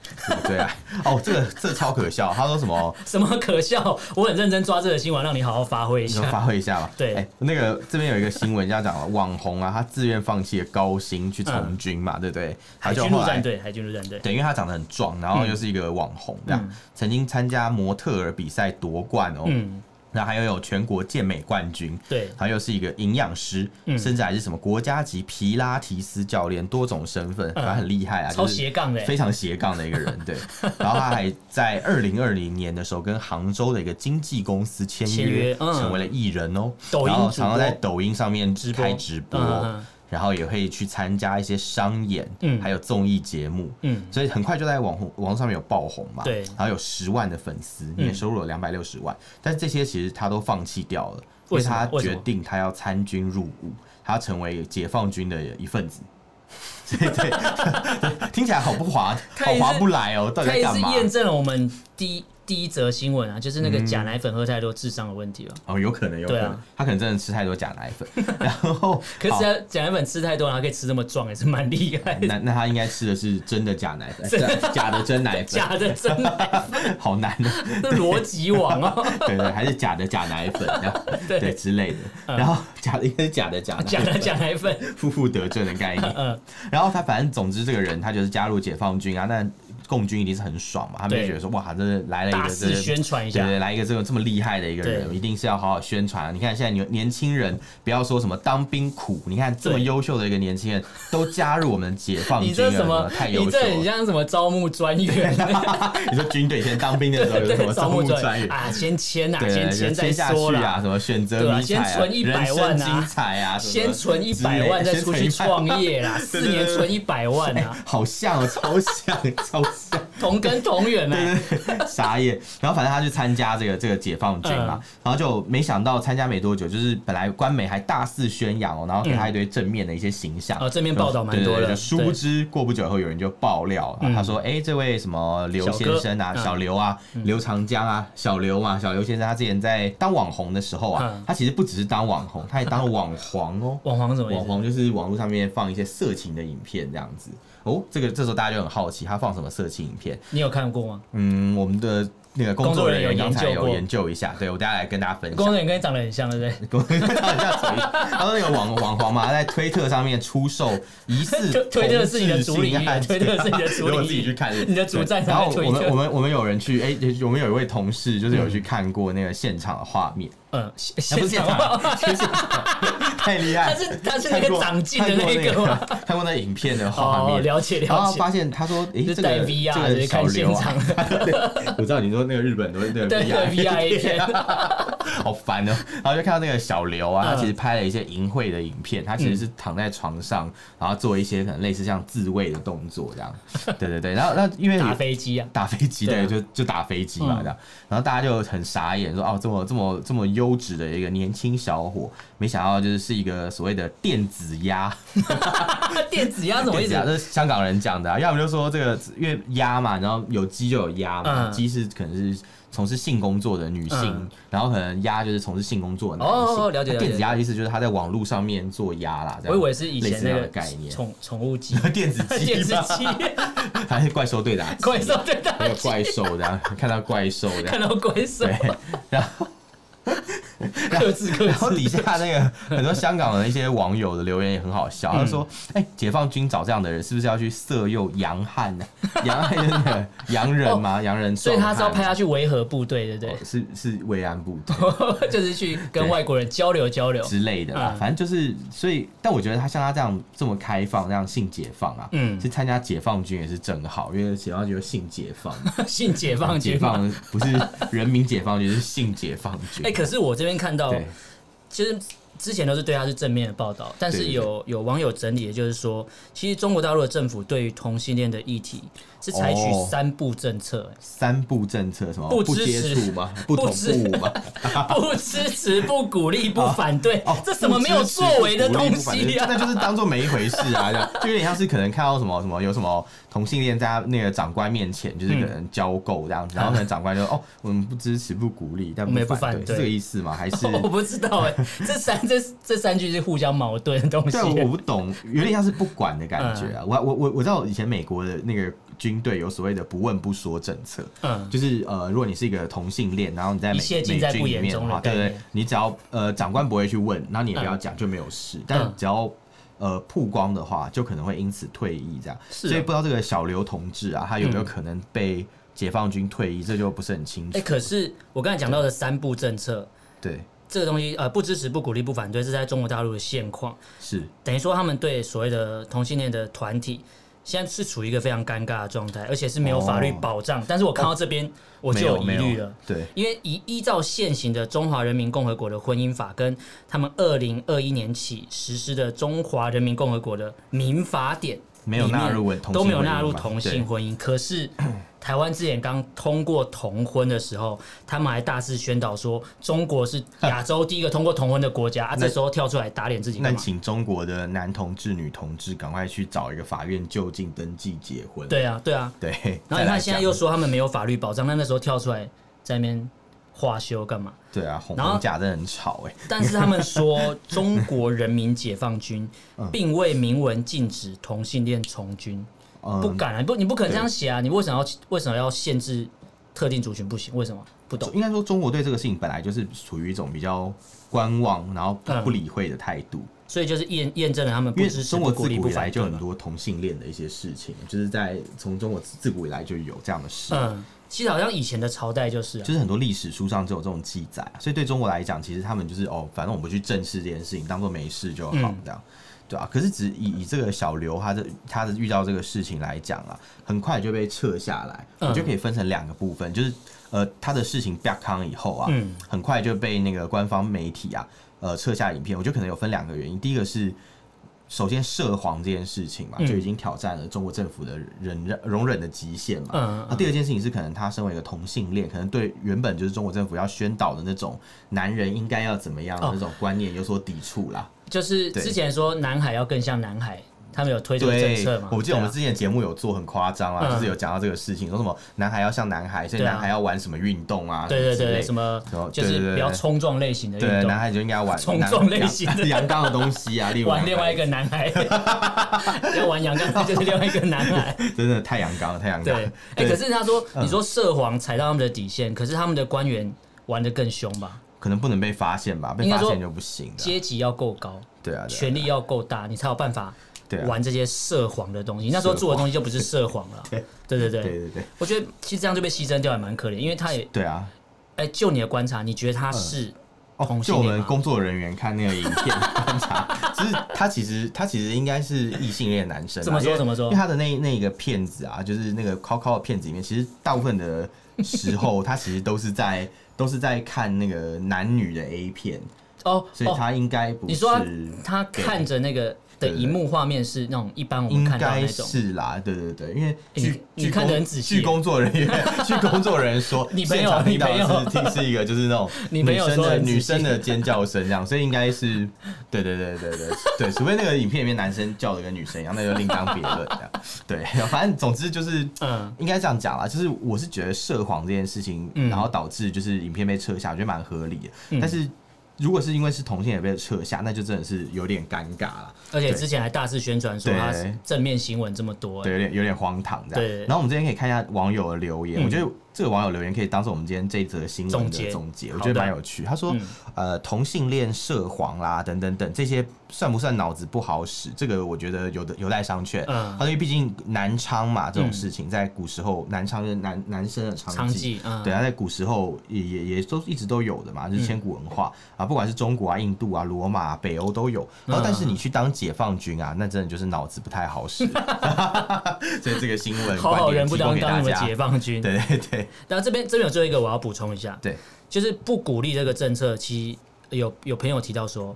S2: 对啊，哦，这个这个超可笑，他说什么？
S1: 什么可笑？我很认真抓这个新闻，让你好好发挥一
S2: 你就
S1: 下。
S2: 发挥一下吧。
S1: 对
S2: 哎那个这边有一个新闻，这样讲了，网红啊，他自愿放弃了高薪去从军嘛，对不对？他
S1: 嗯海
S2: 就
S1: 军
S2: 后
S1: 陆
S2: 来
S1: 战队，海军陆战队，
S2: 对，因为他长得很壮，然后又是一个网红，这样、
S1: 嗯
S2: 曾经参加模特儿比赛夺冠哦，
S1: 嗯，
S2: 然后还有有全国健美冠军，
S1: 对，
S2: 还有是一个营养师，
S1: 嗯
S2: 甚至还是什么国家级皮拉提斯教练，多种身份，反正很厉害啊，
S1: 嗯超
S2: 就是
S1: 斜杠的欸，
S2: 非常斜杠的一个人， 对。然后他还在二零二零年的时候跟杭州的一个经纪公司签
S1: 签
S2: 约
S1: 约，嗯
S2: 成为了艺人哦。
S1: 抖音
S2: 然后
S1: 主
S2: 常常
S1: 播
S2: 在抖音上面
S1: 直播
S2: 开直播，
S1: 嗯嗯嗯
S2: 然后也会去参加一些商演，
S1: 嗯
S2: 还有综艺节目。
S1: 嗯，
S2: 所以很快就在网红网络上面有爆红嘛，
S1: 对嗯
S2: 然后有十万的粉丝，年收入有两百六十万，但这些其实他都放弃掉了，
S1: 为
S2: 因为
S1: 什么
S2: 他
S1: 为什
S2: 决
S1: 么
S2: 定他要参军入伍，他要成为解放军的一份子。 所以对，对听起来好不划，
S1: 他
S2: 好
S1: 也是
S2: 划不来哦，到底
S1: 他
S2: 在
S1: 也
S2: 干
S1: 是
S2: 嘛？
S1: 验证了我们第一第一则新闻啊，就是那个
S2: 嗯
S1: 假奶粉喝太多智商的问题了。
S2: 哦，有可能，有可
S1: 对啊
S2: 能，他可能真的吃太多假奶 粉，然后
S1: 可是
S2: 好
S1: 他假奶粉吃太多，然后可以吃这么壮，也是蛮厉害的。
S2: 那那他应该吃的是真的假奶粉，假假的真奶粉，
S1: 假的真奶，
S2: 好难哦。
S1: 那逻辑王哦，
S2: 对对，还是假的假奶粉，这样
S1: 对
S2: 对之类的。
S1: 嗯
S2: 然后假的应该是假的假奶
S1: 假
S2: 粉，
S1: 的假奶粉，
S2: 负负得正的概 念
S1: 嗯。
S2: 然后他反正总之这个人他就是加入解放军啊，但共军一定是很爽嘛，他们就
S1: 对
S2: 觉得说哇，这来了一
S1: 大
S2: 个这
S1: 肆宣传一
S2: 对
S1: 下
S2: 对，。来一个这种这么厉害的一个人，
S1: 对
S2: 一定是要好好宣传。你看现在年年轻人，不要说什么当兵苦，你看这么
S1: 对
S2: 优秀的一个年轻人，都加入我们解放
S1: 你
S2: 军了，
S1: 这什么
S2: 么？啊太
S1: 你
S2: 优秀
S1: 这很
S2: 了。
S1: 像什么招募专员？
S2: 你说军队以前 当兵的时候有什么招
S1: 招
S2: 募
S1: 募专
S2: 专
S1: 员
S2: 员？
S1: 啊，先签呐，
S2: 对，
S1: 先
S2: 就
S1: 签再
S2: 签下
S1: 说
S2: 去
S1: 啦
S2: 啊，。什么选择
S1: 对啊
S2: 迷
S1: 先
S2: 彩、啊、
S1: 存100万
S2: 人生
S1: 啊
S2: 精彩啊，什么
S1: 先存一
S2: 之类
S1: 百万，再
S2: 先
S1: 出
S2: 存
S1: 去
S2: 100
S1: 创业啦，
S2: 对
S1: 四
S2: 对对
S1: 年存一百万
S2: 哎
S1: 啊，
S2: 好像哦，超像， 超像，
S1: 同根同源啊，
S2: 傻眼。然后反正他去参加这个这个解放军嘛，
S1: 嗯
S2: 然后就没想到参加没多久，就是本来官媒还大肆宣扬哦，然后给他一堆正面的一些形象，
S1: 哦正面报道蛮多的
S2: 对对对就殊不知过不久以后有人就爆料，
S1: 嗯
S2: 他说：“哎，这位什么刘
S1: 小
S2: 先
S1: 哥
S2: 生啊，
S1: 嗯
S2: 小刘啊，刘长江啊，小刘嘛，小刘先生，他之前在当网红的时候啊
S1: 嗯，
S2: 他其实不只是当网红，他也当了网黄 哦。”
S1: 网黄是什么意
S2: 网
S1: 思？
S2: 红就是网络上面放一些色情的影片这样子。哦，这个这时候大家就很好奇，他放什么色情影片？
S1: 你有看过吗？
S2: 嗯，我们的那个工
S1: 工
S2: 作
S1: 作
S2: 人
S1: 人
S2: 员
S1: 员
S2: 刚才
S1: 研究
S2: 有
S1: 过
S2: 研究一下，对我等下来跟大家分
S1: 工
S2: 享。
S1: 作人员跟你长得很像，对 不对？
S2: 工作人员他说有网网黄嘛，他在推特上面出售疑似
S1: 推 推特是你的主理
S2: 同志性爱
S1: 推特是你的主理
S2: 我自己去看
S1: 你的主战
S2: 然后
S1: 在推
S2: 我
S1: 特
S2: 们我们我们有人去，哎，我们有一位同事就是有去看过那个现场的画面，
S1: 嗯，
S2: 啊不是现场
S1: 吗，
S2: 就是现场太厉害
S1: 他
S2: 了。
S1: 是他是那个长进的那
S2: 看
S1: 个
S2: 过
S1: 吗？
S2: 看过那个看过那影片的画
S1: 哦，
S2: 面，
S1: 了解
S2: 然
S1: 了
S2: 后
S1: 解
S2: 发，现 他说，诶，
S1: 就
S2: 这
S1: 是
S2: 个
S1: 带 VR
S2: 这
S1: 就
S2: 个
S1: 是
S2: 小
S1: 看
S2: 刘
S1: 现
S2: 啊
S1: 场，
S2: 我知道你说那个日本都是那个
S1: 对
S2: VR
S1: 对 VR 一片
S2: 啊好烦哦、然后就看到那个小刘
S1: 嗯
S2: 啊，他其实拍了一些淫秽的影片，他其实是躺在床上，然后做一些可能类似像自慰的动作这样。 对对对，然后那因为
S1: 打飞机啊，
S2: 打飞机，
S1: 对
S2: 对，
S1: 啊
S2: 就就打飞机嘛，
S1: 嗯
S2: 这样。然后大家就很傻眼，说哦，这么这么这么优质的一个年轻小伙，没想到就是是一个所谓的电子鸭。
S1: 啊电子鸭什么
S2: 电
S1: 意
S2: 子
S1: 思
S2: 鸭？这是香港人讲的、啊，要么就说这个因为鸭嘛，然后有鸡就有鸭嘛，
S1: 嗯
S2: 鸡、是可能是从事性工作的女性，
S1: 嗯
S2: 然后可能鸭就是从事性工作的男性。
S1: 哦哦哦了解
S2: 那
S1: 了解
S2: 电子鸭的意思就是他在网络上面做鸭啦，这
S1: 我
S2: 样
S1: 以为是以
S2: 啊类
S1: 前
S2: 似
S1: 那
S2: 这样的
S1: 个
S2: 概念，
S1: 宠宠物鸡、
S2: 电子 鸡，
S1: 电视 机、
S2: 还是怪兽对打，
S1: 怪兽对打
S2: 还有怪兽这样，看到怪兽这 样
S1: 看，到怪兽，
S2: 对，然后。
S1: 克制克
S2: 然后
S1: 制，
S2: 底下那个很多香港的一些网友的留言也很好笑，他说：“
S1: 嗯
S2: 哎、解放军找这样的人，是不是要去色诱洋汉 呢、洋汉就是那个洋人嘛，洋人
S1: 哦所
S2: 壮
S1: 以他
S2: 汉嘛，
S1: 是要派他去维和部队，对不对
S2: 哦？是是慰安部队
S1: 就是去跟外国人交流交流。
S2: 之类的啦。
S1: 嗯
S2: 反正就是，所以，但我觉得他像他这样这么开放，这样性解放啊，
S1: 嗯
S2: 是参加解放军也是正好，因为解放军有性解 放，
S1: 性解放
S2: 解
S1: 解放。
S2: 放不是人民解放军，是性解放军。
S1: 哎哎、可是我这边看到，
S2: 对，
S1: 其实之前都是对他是正面的报道，但
S2: 对
S1: 是
S2: 对
S1: 有有网友整理，的就是说，其实中国大陆的政府对于同性恋的议题是采取
S2: 哦
S1: 三步政策、
S2: 三不政策什么
S1: 不支
S2: 接
S1: 持
S2: 触吗？不同
S1: 支
S2: 步吗？
S1: 哎不支持、不鼓励、不反对，
S2: 哦，
S1: 这什么没有作为的东西
S2: 那
S1: 啊？
S2: 就是当做没一回事 啊，这样就有点像是可能看到什么什么有什么同性恋在他那个长官面前就是可
S1: 嗯
S2: 能交媾这样子，然后可能长 官就哦，我们不支持不鼓励，但
S1: 我们也不
S2: 反
S1: 反
S2: 对，
S1: 对
S2: 是这个意思吗？还 是
S1: 我不知道哎、这三这这三句是互相矛盾的东西
S2: 嗯对，。啊我不懂，有点像是不管的感觉
S1: 嗯
S2: 啊。我我我我知道以前美国的那个军队有所谓的不问不说政策，
S1: 嗯，
S2: 就是呃，如果你是一个同性恋，然后你在美
S1: 一切
S2: 美
S1: 尽在
S2: 军
S1: 不
S2: 里
S1: 言
S2: 面的
S1: 中了
S2: 话，对
S1: 概
S2: 对
S1: 念，
S2: 你只要呃长官不会去问，然后你也不要
S1: 嗯
S2: 讲，就没有事。但
S1: 嗯
S2: 只要呃曝光的话，就可能会因此退役这样。
S1: 是哦
S2: 所以不知道这个小刘同志啊，他有没有
S1: 嗯
S2: 可能被解放军退役，这就不是很清楚
S1: 哎、。可是我刚才讲到的三步政策，
S2: 对，
S1: 这个东西呃，不支持、不鼓励、不反对，这是在中国大陆的现况。
S2: 是
S1: 等于说他们对所谓的同性恋的团体，现在是处于一个非常尴尬的状态，而且是没有法律
S2: 哦
S1: 保障。但是我看到这边，我就有疑
S2: 没有
S1: 虑
S2: 没有
S1: 了。
S2: 对，
S1: 因为依依照现行的《中华人民共和国的婚姻法》跟他们二零二一年起实施的《中华人民共和国的民法典》
S2: 没有
S1: 里面
S2: 纳入文同性
S1: 都没有
S2: 婚姻
S1: 纳入
S2: 嘛
S1: 同
S2: 对
S1: 性婚姻。可是台湾之前刚通过同婚的时候，他们还大肆宣导说中国是亚洲第一个通过同婚的国家，啊，
S2: 那
S1: 这时候跳出来打脸自己
S2: 那
S1: 干嘛？
S2: 请中国的男同志、女同志赶快去找一个法院就近登记结婚。
S1: 对啊，对啊。
S2: 对，
S1: 然
S2: 再
S1: 后你
S2: 来
S1: 看现在
S2: 讲
S1: 又说他们没有法律保障，那那时候跳出来在那边化修干嘛？
S2: 对啊，红
S1: 然后
S2: 红甲真的很吵哎、
S1: 但是他们说，中国人民解放 军并未明文禁止同性恋从军，
S2: 嗯
S1: 不敢啊！不，你不可能这样写啊！你为什么要为什么要限制特定族群？不行，为什么？不懂。
S2: 应该说中国对这个事情本来就是处于一种比较观望，然后
S1: 嗯
S2: 不理会的态度。
S1: 所以就是验验证了他们
S2: 因
S1: 不
S2: 为
S1: 支持、
S2: 中
S1: 不
S2: 国
S1: 鼓
S2: 自
S1: 励、
S2: 古
S1: 不
S2: 以来
S1: 反
S2: 就
S1: 对
S2: 很
S1: 嘛。
S2: 多同性恋的一些事情，就是在从中国自自古以来就有这样的事，
S1: 嗯，其实好像以前的朝代就是、啊，
S2: 就是很多历史书上就有这种记载。啊所以对中国来讲，其实他们就是哦，反正我们不去正视这件事情，当做没事就好
S1: 嗯，
S2: 这样。对啊，可是只以以这个小刘他的他的遇到这个事情来讲啊，很快就被撤下来，
S1: 嗯
S2: 我就可以分成两个部分，就是呃他的事情曝光以后啊，
S1: 嗯
S2: 很快就被那个官方媒体啊，呃，撤下影片。我觉得可能有分两个原因，第一个是首先涉黄这件事情嘛，
S1: 嗯
S2: 就已经挑战了中国政府的忍忍容忍的极限嘛。
S1: 嗯
S2: 啊那第二件事情是，可能他身为一个同性恋，可能对原本就是中国政府要宣导的那种男人应该要怎么样的
S1: 哦
S2: 那种观念有所抵触啦。
S1: 就是
S2: 对
S1: 之前说南海要更像南海，他们有推出政
S2: 对
S1: 策嘛？，
S2: 我记得我们
S1: 对啊
S2: 之前节目有做很夸张啊，
S1: 嗯
S2: 就是有讲到这个事情，说什么男孩要像男孩，所以
S1: 对啊
S2: 男孩要玩什么运动啊，
S1: 啊对对
S2: 什么之
S1: 对
S2: 类
S1: 对，
S2: 的
S1: 什么
S2: 什么
S1: 就
S2: 对对
S1: 是
S2: 对
S1: 比较冲撞类型的运
S2: 对，
S1: 动
S2: 男。孩就应该玩
S1: 冲
S2: 男
S1: 撞类型的
S2: 阳阳刚的东 西啊，例如
S1: 玩
S2: 男
S1: 另外一个男孩，要玩阳刚就是另外一个男 孩。
S2: 真的太阳刚了，太阳刚
S1: 对
S2: 了。，
S1: 哎、
S2: 对嗯
S1: 可是他说，你说涉黄踩到他们的底线，可是他们的官员玩的更凶吧？
S2: 可能不能被发现吧，被
S1: 应
S2: 发
S1: 该说
S2: 现就不行了。
S1: 阶级要够高，
S2: 啊对啊，对啊
S1: 权力要够大，你才有办法
S2: 对啊，
S1: 玩这些涉黄的东西。那时候做的东西就不是涉黄了。
S2: 对
S1: 对对
S2: 对
S1: 对，
S2: 对对
S1: 我觉得其实这样就被牺牲掉，也蛮可怜。因为他也，
S2: 对啊！
S1: 哎，就你的观察，你觉得他是
S2: 哦，
S1: 同
S2: 就
S1: 性
S2: 我
S1: 恋
S2: 们
S1: 吗
S2: 工作人员看那个影片 观察，其实他其实他其实应该是异性恋男生啊。
S1: 怎么说
S2: 因为
S1: 怎么说
S2: 因为他的那那个片子啊，就是那个 Coco 的片子里面，其实大部分的时候，他其实都是在都是在看那个男女的 A 片，
S1: 哦
S2: 所以
S1: 哦，
S2: 他应该不
S1: 你
S2: 是。
S1: 说他看着那个的
S2: 对对对
S1: 荧幕画面是那种一般我们
S2: 应
S1: 看到的
S2: 该
S1: 那种，
S2: 是啦，对对对，因为
S1: 你
S2: 据
S1: 你
S2: 据
S1: 看得
S2: 工
S1: 很仔细
S2: 据工作 人员，据工作人员说，
S1: 你朋友
S2: 现场听到
S1: 你朋
S2: 的
S1: 友
S2: 是听是一个就是那种
S1: 你
S2: 女
S1: 朋友
S2: 生
S1: 说
S2: 的
S1: 很仔细
S2: 女生的尖叫声这样，所以应该是对对对对对 对，除非那个影片里面男生叫的跟女生一样，那就另当别论这样。对， 反正总之就是
S1: 嗯，
S2: 应该这样讲啦，就是我是觉得涉黄这件事情，
S1: 嗯
S2: 然后导致就是影片被撤下，我觉得蛮合理的。但是如果是因为是同性也被撤下，那就真的是有点尴尬了。
S1: 而且
S2: 对
S1: 之前还大肆宣传说
S2: 对
S1: 他是正面新闻这么多，哎
S2: 对，有点有点荒唐这样。
S1: 对
S2: 然后我们这边可以看一下网友的留言，
S1: 嗯
S2: 我觉得这个网友留言可以当做我们今天这一则新闻
S1: 总
S2: 的
S1: 结
S2: 总结，
S1: 好
S2: 我觉得
S1: 的
S2: 蛮有趣。他说，呃，同性恋、涉黄啦，等等等，这些算不算脑子不好使？这个我觉得有的有待商榷。
S1: 嗯
S2: 他说，因为毕竟男娼嘛这种事情，在古时候，男娼就是男男生的娼
S1: 娼
S2: 妓。
S1: 妓，嗯，
S2: 对啊，在古时候也也也都一直都有的嘛，就是千古文化、
S1: 嗯
S2: 啊，不管是中国啊、印度啊、罗马、啊、北欧都有。然后，
S1: 嗯
S2: 但是你去当解放军啊，那真的就是脑子不太 好使。 所以这个新闻
S1: 好
S2: 观
S1: 好
S2: 点
S1: 人不
S2: 提供
S1: 当
S2: 给大
S1: 当什么
S2: 家。
S1: 解放军。
S2: 对对对
S1: 然后这边这边有最后一个我要补充一下，
S2: 对，
S1: 就是不鼓励这个政策，其实有有朋友提到说，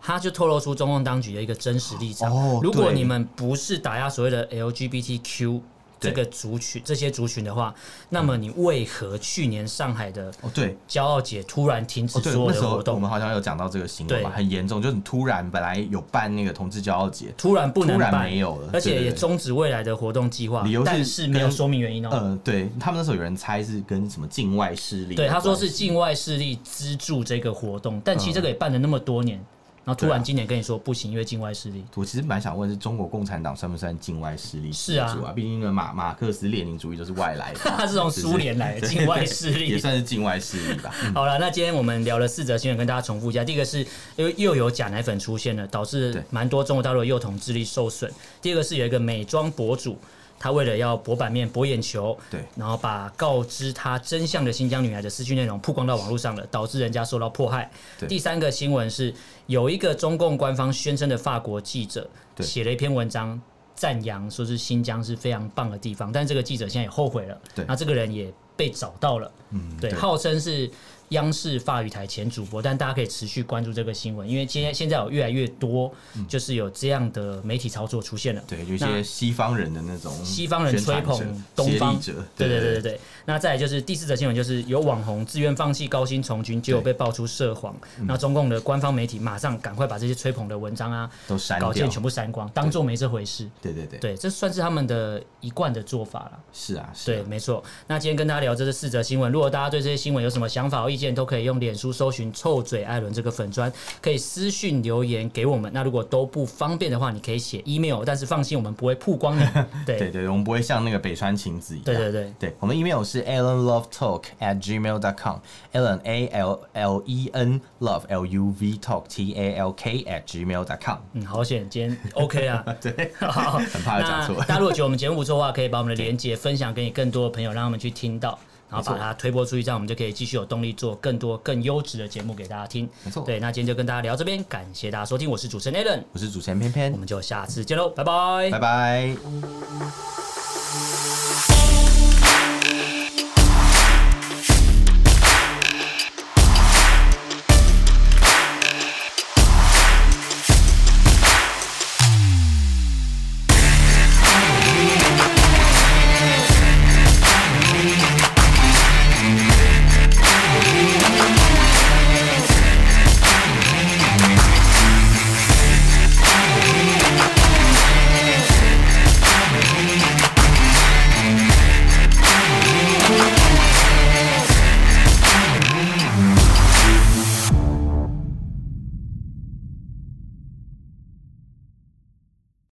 S1: 他就透露出中共当局的一个真实立场。
S2: 嗯哦
S1: 如果
S2: 对
S1: 你们不是打压所谓的 LGBTQ 这个族群这些族群的
S2: 嗯
S1: 话，那么你为何去年上海的
S2: 哦，对，
S1: 骄傲节突然停止
S2: 哦，对，
S1: 所有
S2: 那时
S1: 的
S2: 候
S1: 活
S2: 我
S1: 动，
S2: 们好像有讲到这个新闻嘛，
S1: 对
S2: 很严重，就是你突然本来有办那个同志骄傲节，
S1: 突然不能
S2: 突然
S1: 办，
S2: 没有了
S1: 而
S2: 对
S1: 且
S2: 对
S1: 也
S2: 对
S1: 终止未来的活动计划
S2: 理由，是
S1: 但是没有
S2: 跟
S1: 说明原因哦。
S2: 呃，对他们那时候有人猜是跟什么境外势力有关系，
S1: 对，他说是境外势力资助这个活动，但
S2: 嗯
S1: 其实这个也办了那么多年，然后突
S2: 对
S1: 然
S2: 啊
S1: 今年跟你说不行，因为境外势力。
S2: 我其实蛮想问，是中国共产党算不算境外势力
S1: 是啊
S2: 主啊？毕竟呢马马克思列宁主义就是外来的，
S1: 他是从
S2: 就是
S1: 苏联来的境外势
S2: 啊也
S1: 力。
S2: 算是境外势力吧。嗯
S1: 好了，那今天我们聊了四则新闻，跟大家重复一下。第一个是又又有假奶粉出现了，导致
S2: 对
S1: 蛮多中国大陆的幼童智力受损。第二个是有一个美妆博主，他为了要博版面、博眼球，
S2: 对
S1: 然后把告知他真相的新疆女孩的私讯内容曝光到网络上了，导致人家受到迫害。
S2: 对
S1: 第三个新闻是有一个中共官方宣称的法国记者
S2: 对
S1: 写了一篇文章。赞扬说是新疆是非常棒的地方，但这个记者现在也后悔了。
S2: 对
S1: 那这个人也被找到了。
S2: 嗯，
S1: 对，
S2: 对，
S1: 号称是央视法语台前主播，但大家可以持续关注这个新闻，因为现在现在有越来越多
S2: 嗯
S1: 就是有这样的媒体操作出现了。
S2: 对，有一
S1: 那
S2: 些西方人的那种
S1: 西方人吹捧
S2: 宣传者
S1: 东方
S2: 协力者，
S1: 对对对对对。那再来就是第四则新闻，就是有网红自愿放弃高薪从军，结果被爆出涉黄。
S2: 嗯
S1: 那中共的官方媒体马上赶快把这些吹捧的文章啊、
S2: 都删
S1: 稿
S2: 掉
S1: 件，全部删光，当做没这回事。
S2: 对对对，
S1: 对，这算是他们的一贯的做法了。
S2: 是啊，是
S1: 对，
S2: 啊，
S1: 没错。那今天跟大家聊这是四则新闻，如果大家对这些新闻有什么想法或意见，都可以用脸书搜寻“臭嘴艾伦”这个粉砖，可以私讯留言给我们。那如果都不方便的话，你可以写 email，但是放心，我们不会曝 光你。对
S2: 对对，我们不会像那个北川晴子一样，
S1: 对对对
S2: 对，我们 email 是 alanlovetalk at gmail dot com，alan a l l e n love l u v talk t a l k at gmail dot com。
S1: 嗯，好险，今天 OK 啊。
S2: 对，
S1: 好，
S2: 很怕讲错
S1: 那 大家如果觉得我们节目不错的话，可以把我们的连接分享给你更多的朋友，让他们去听到。然后把它推播出去，这样我们就可以继续有动力做更多更优质的节目给大家听。
S2: 没错
S1: 对，那今天就跟大家聊这边，感谢大家收听，我是主持人 Alan，
S2: 我是主持人偏偏
S1: 我，们就下次见喽，拜拜
S2: 拜。拜。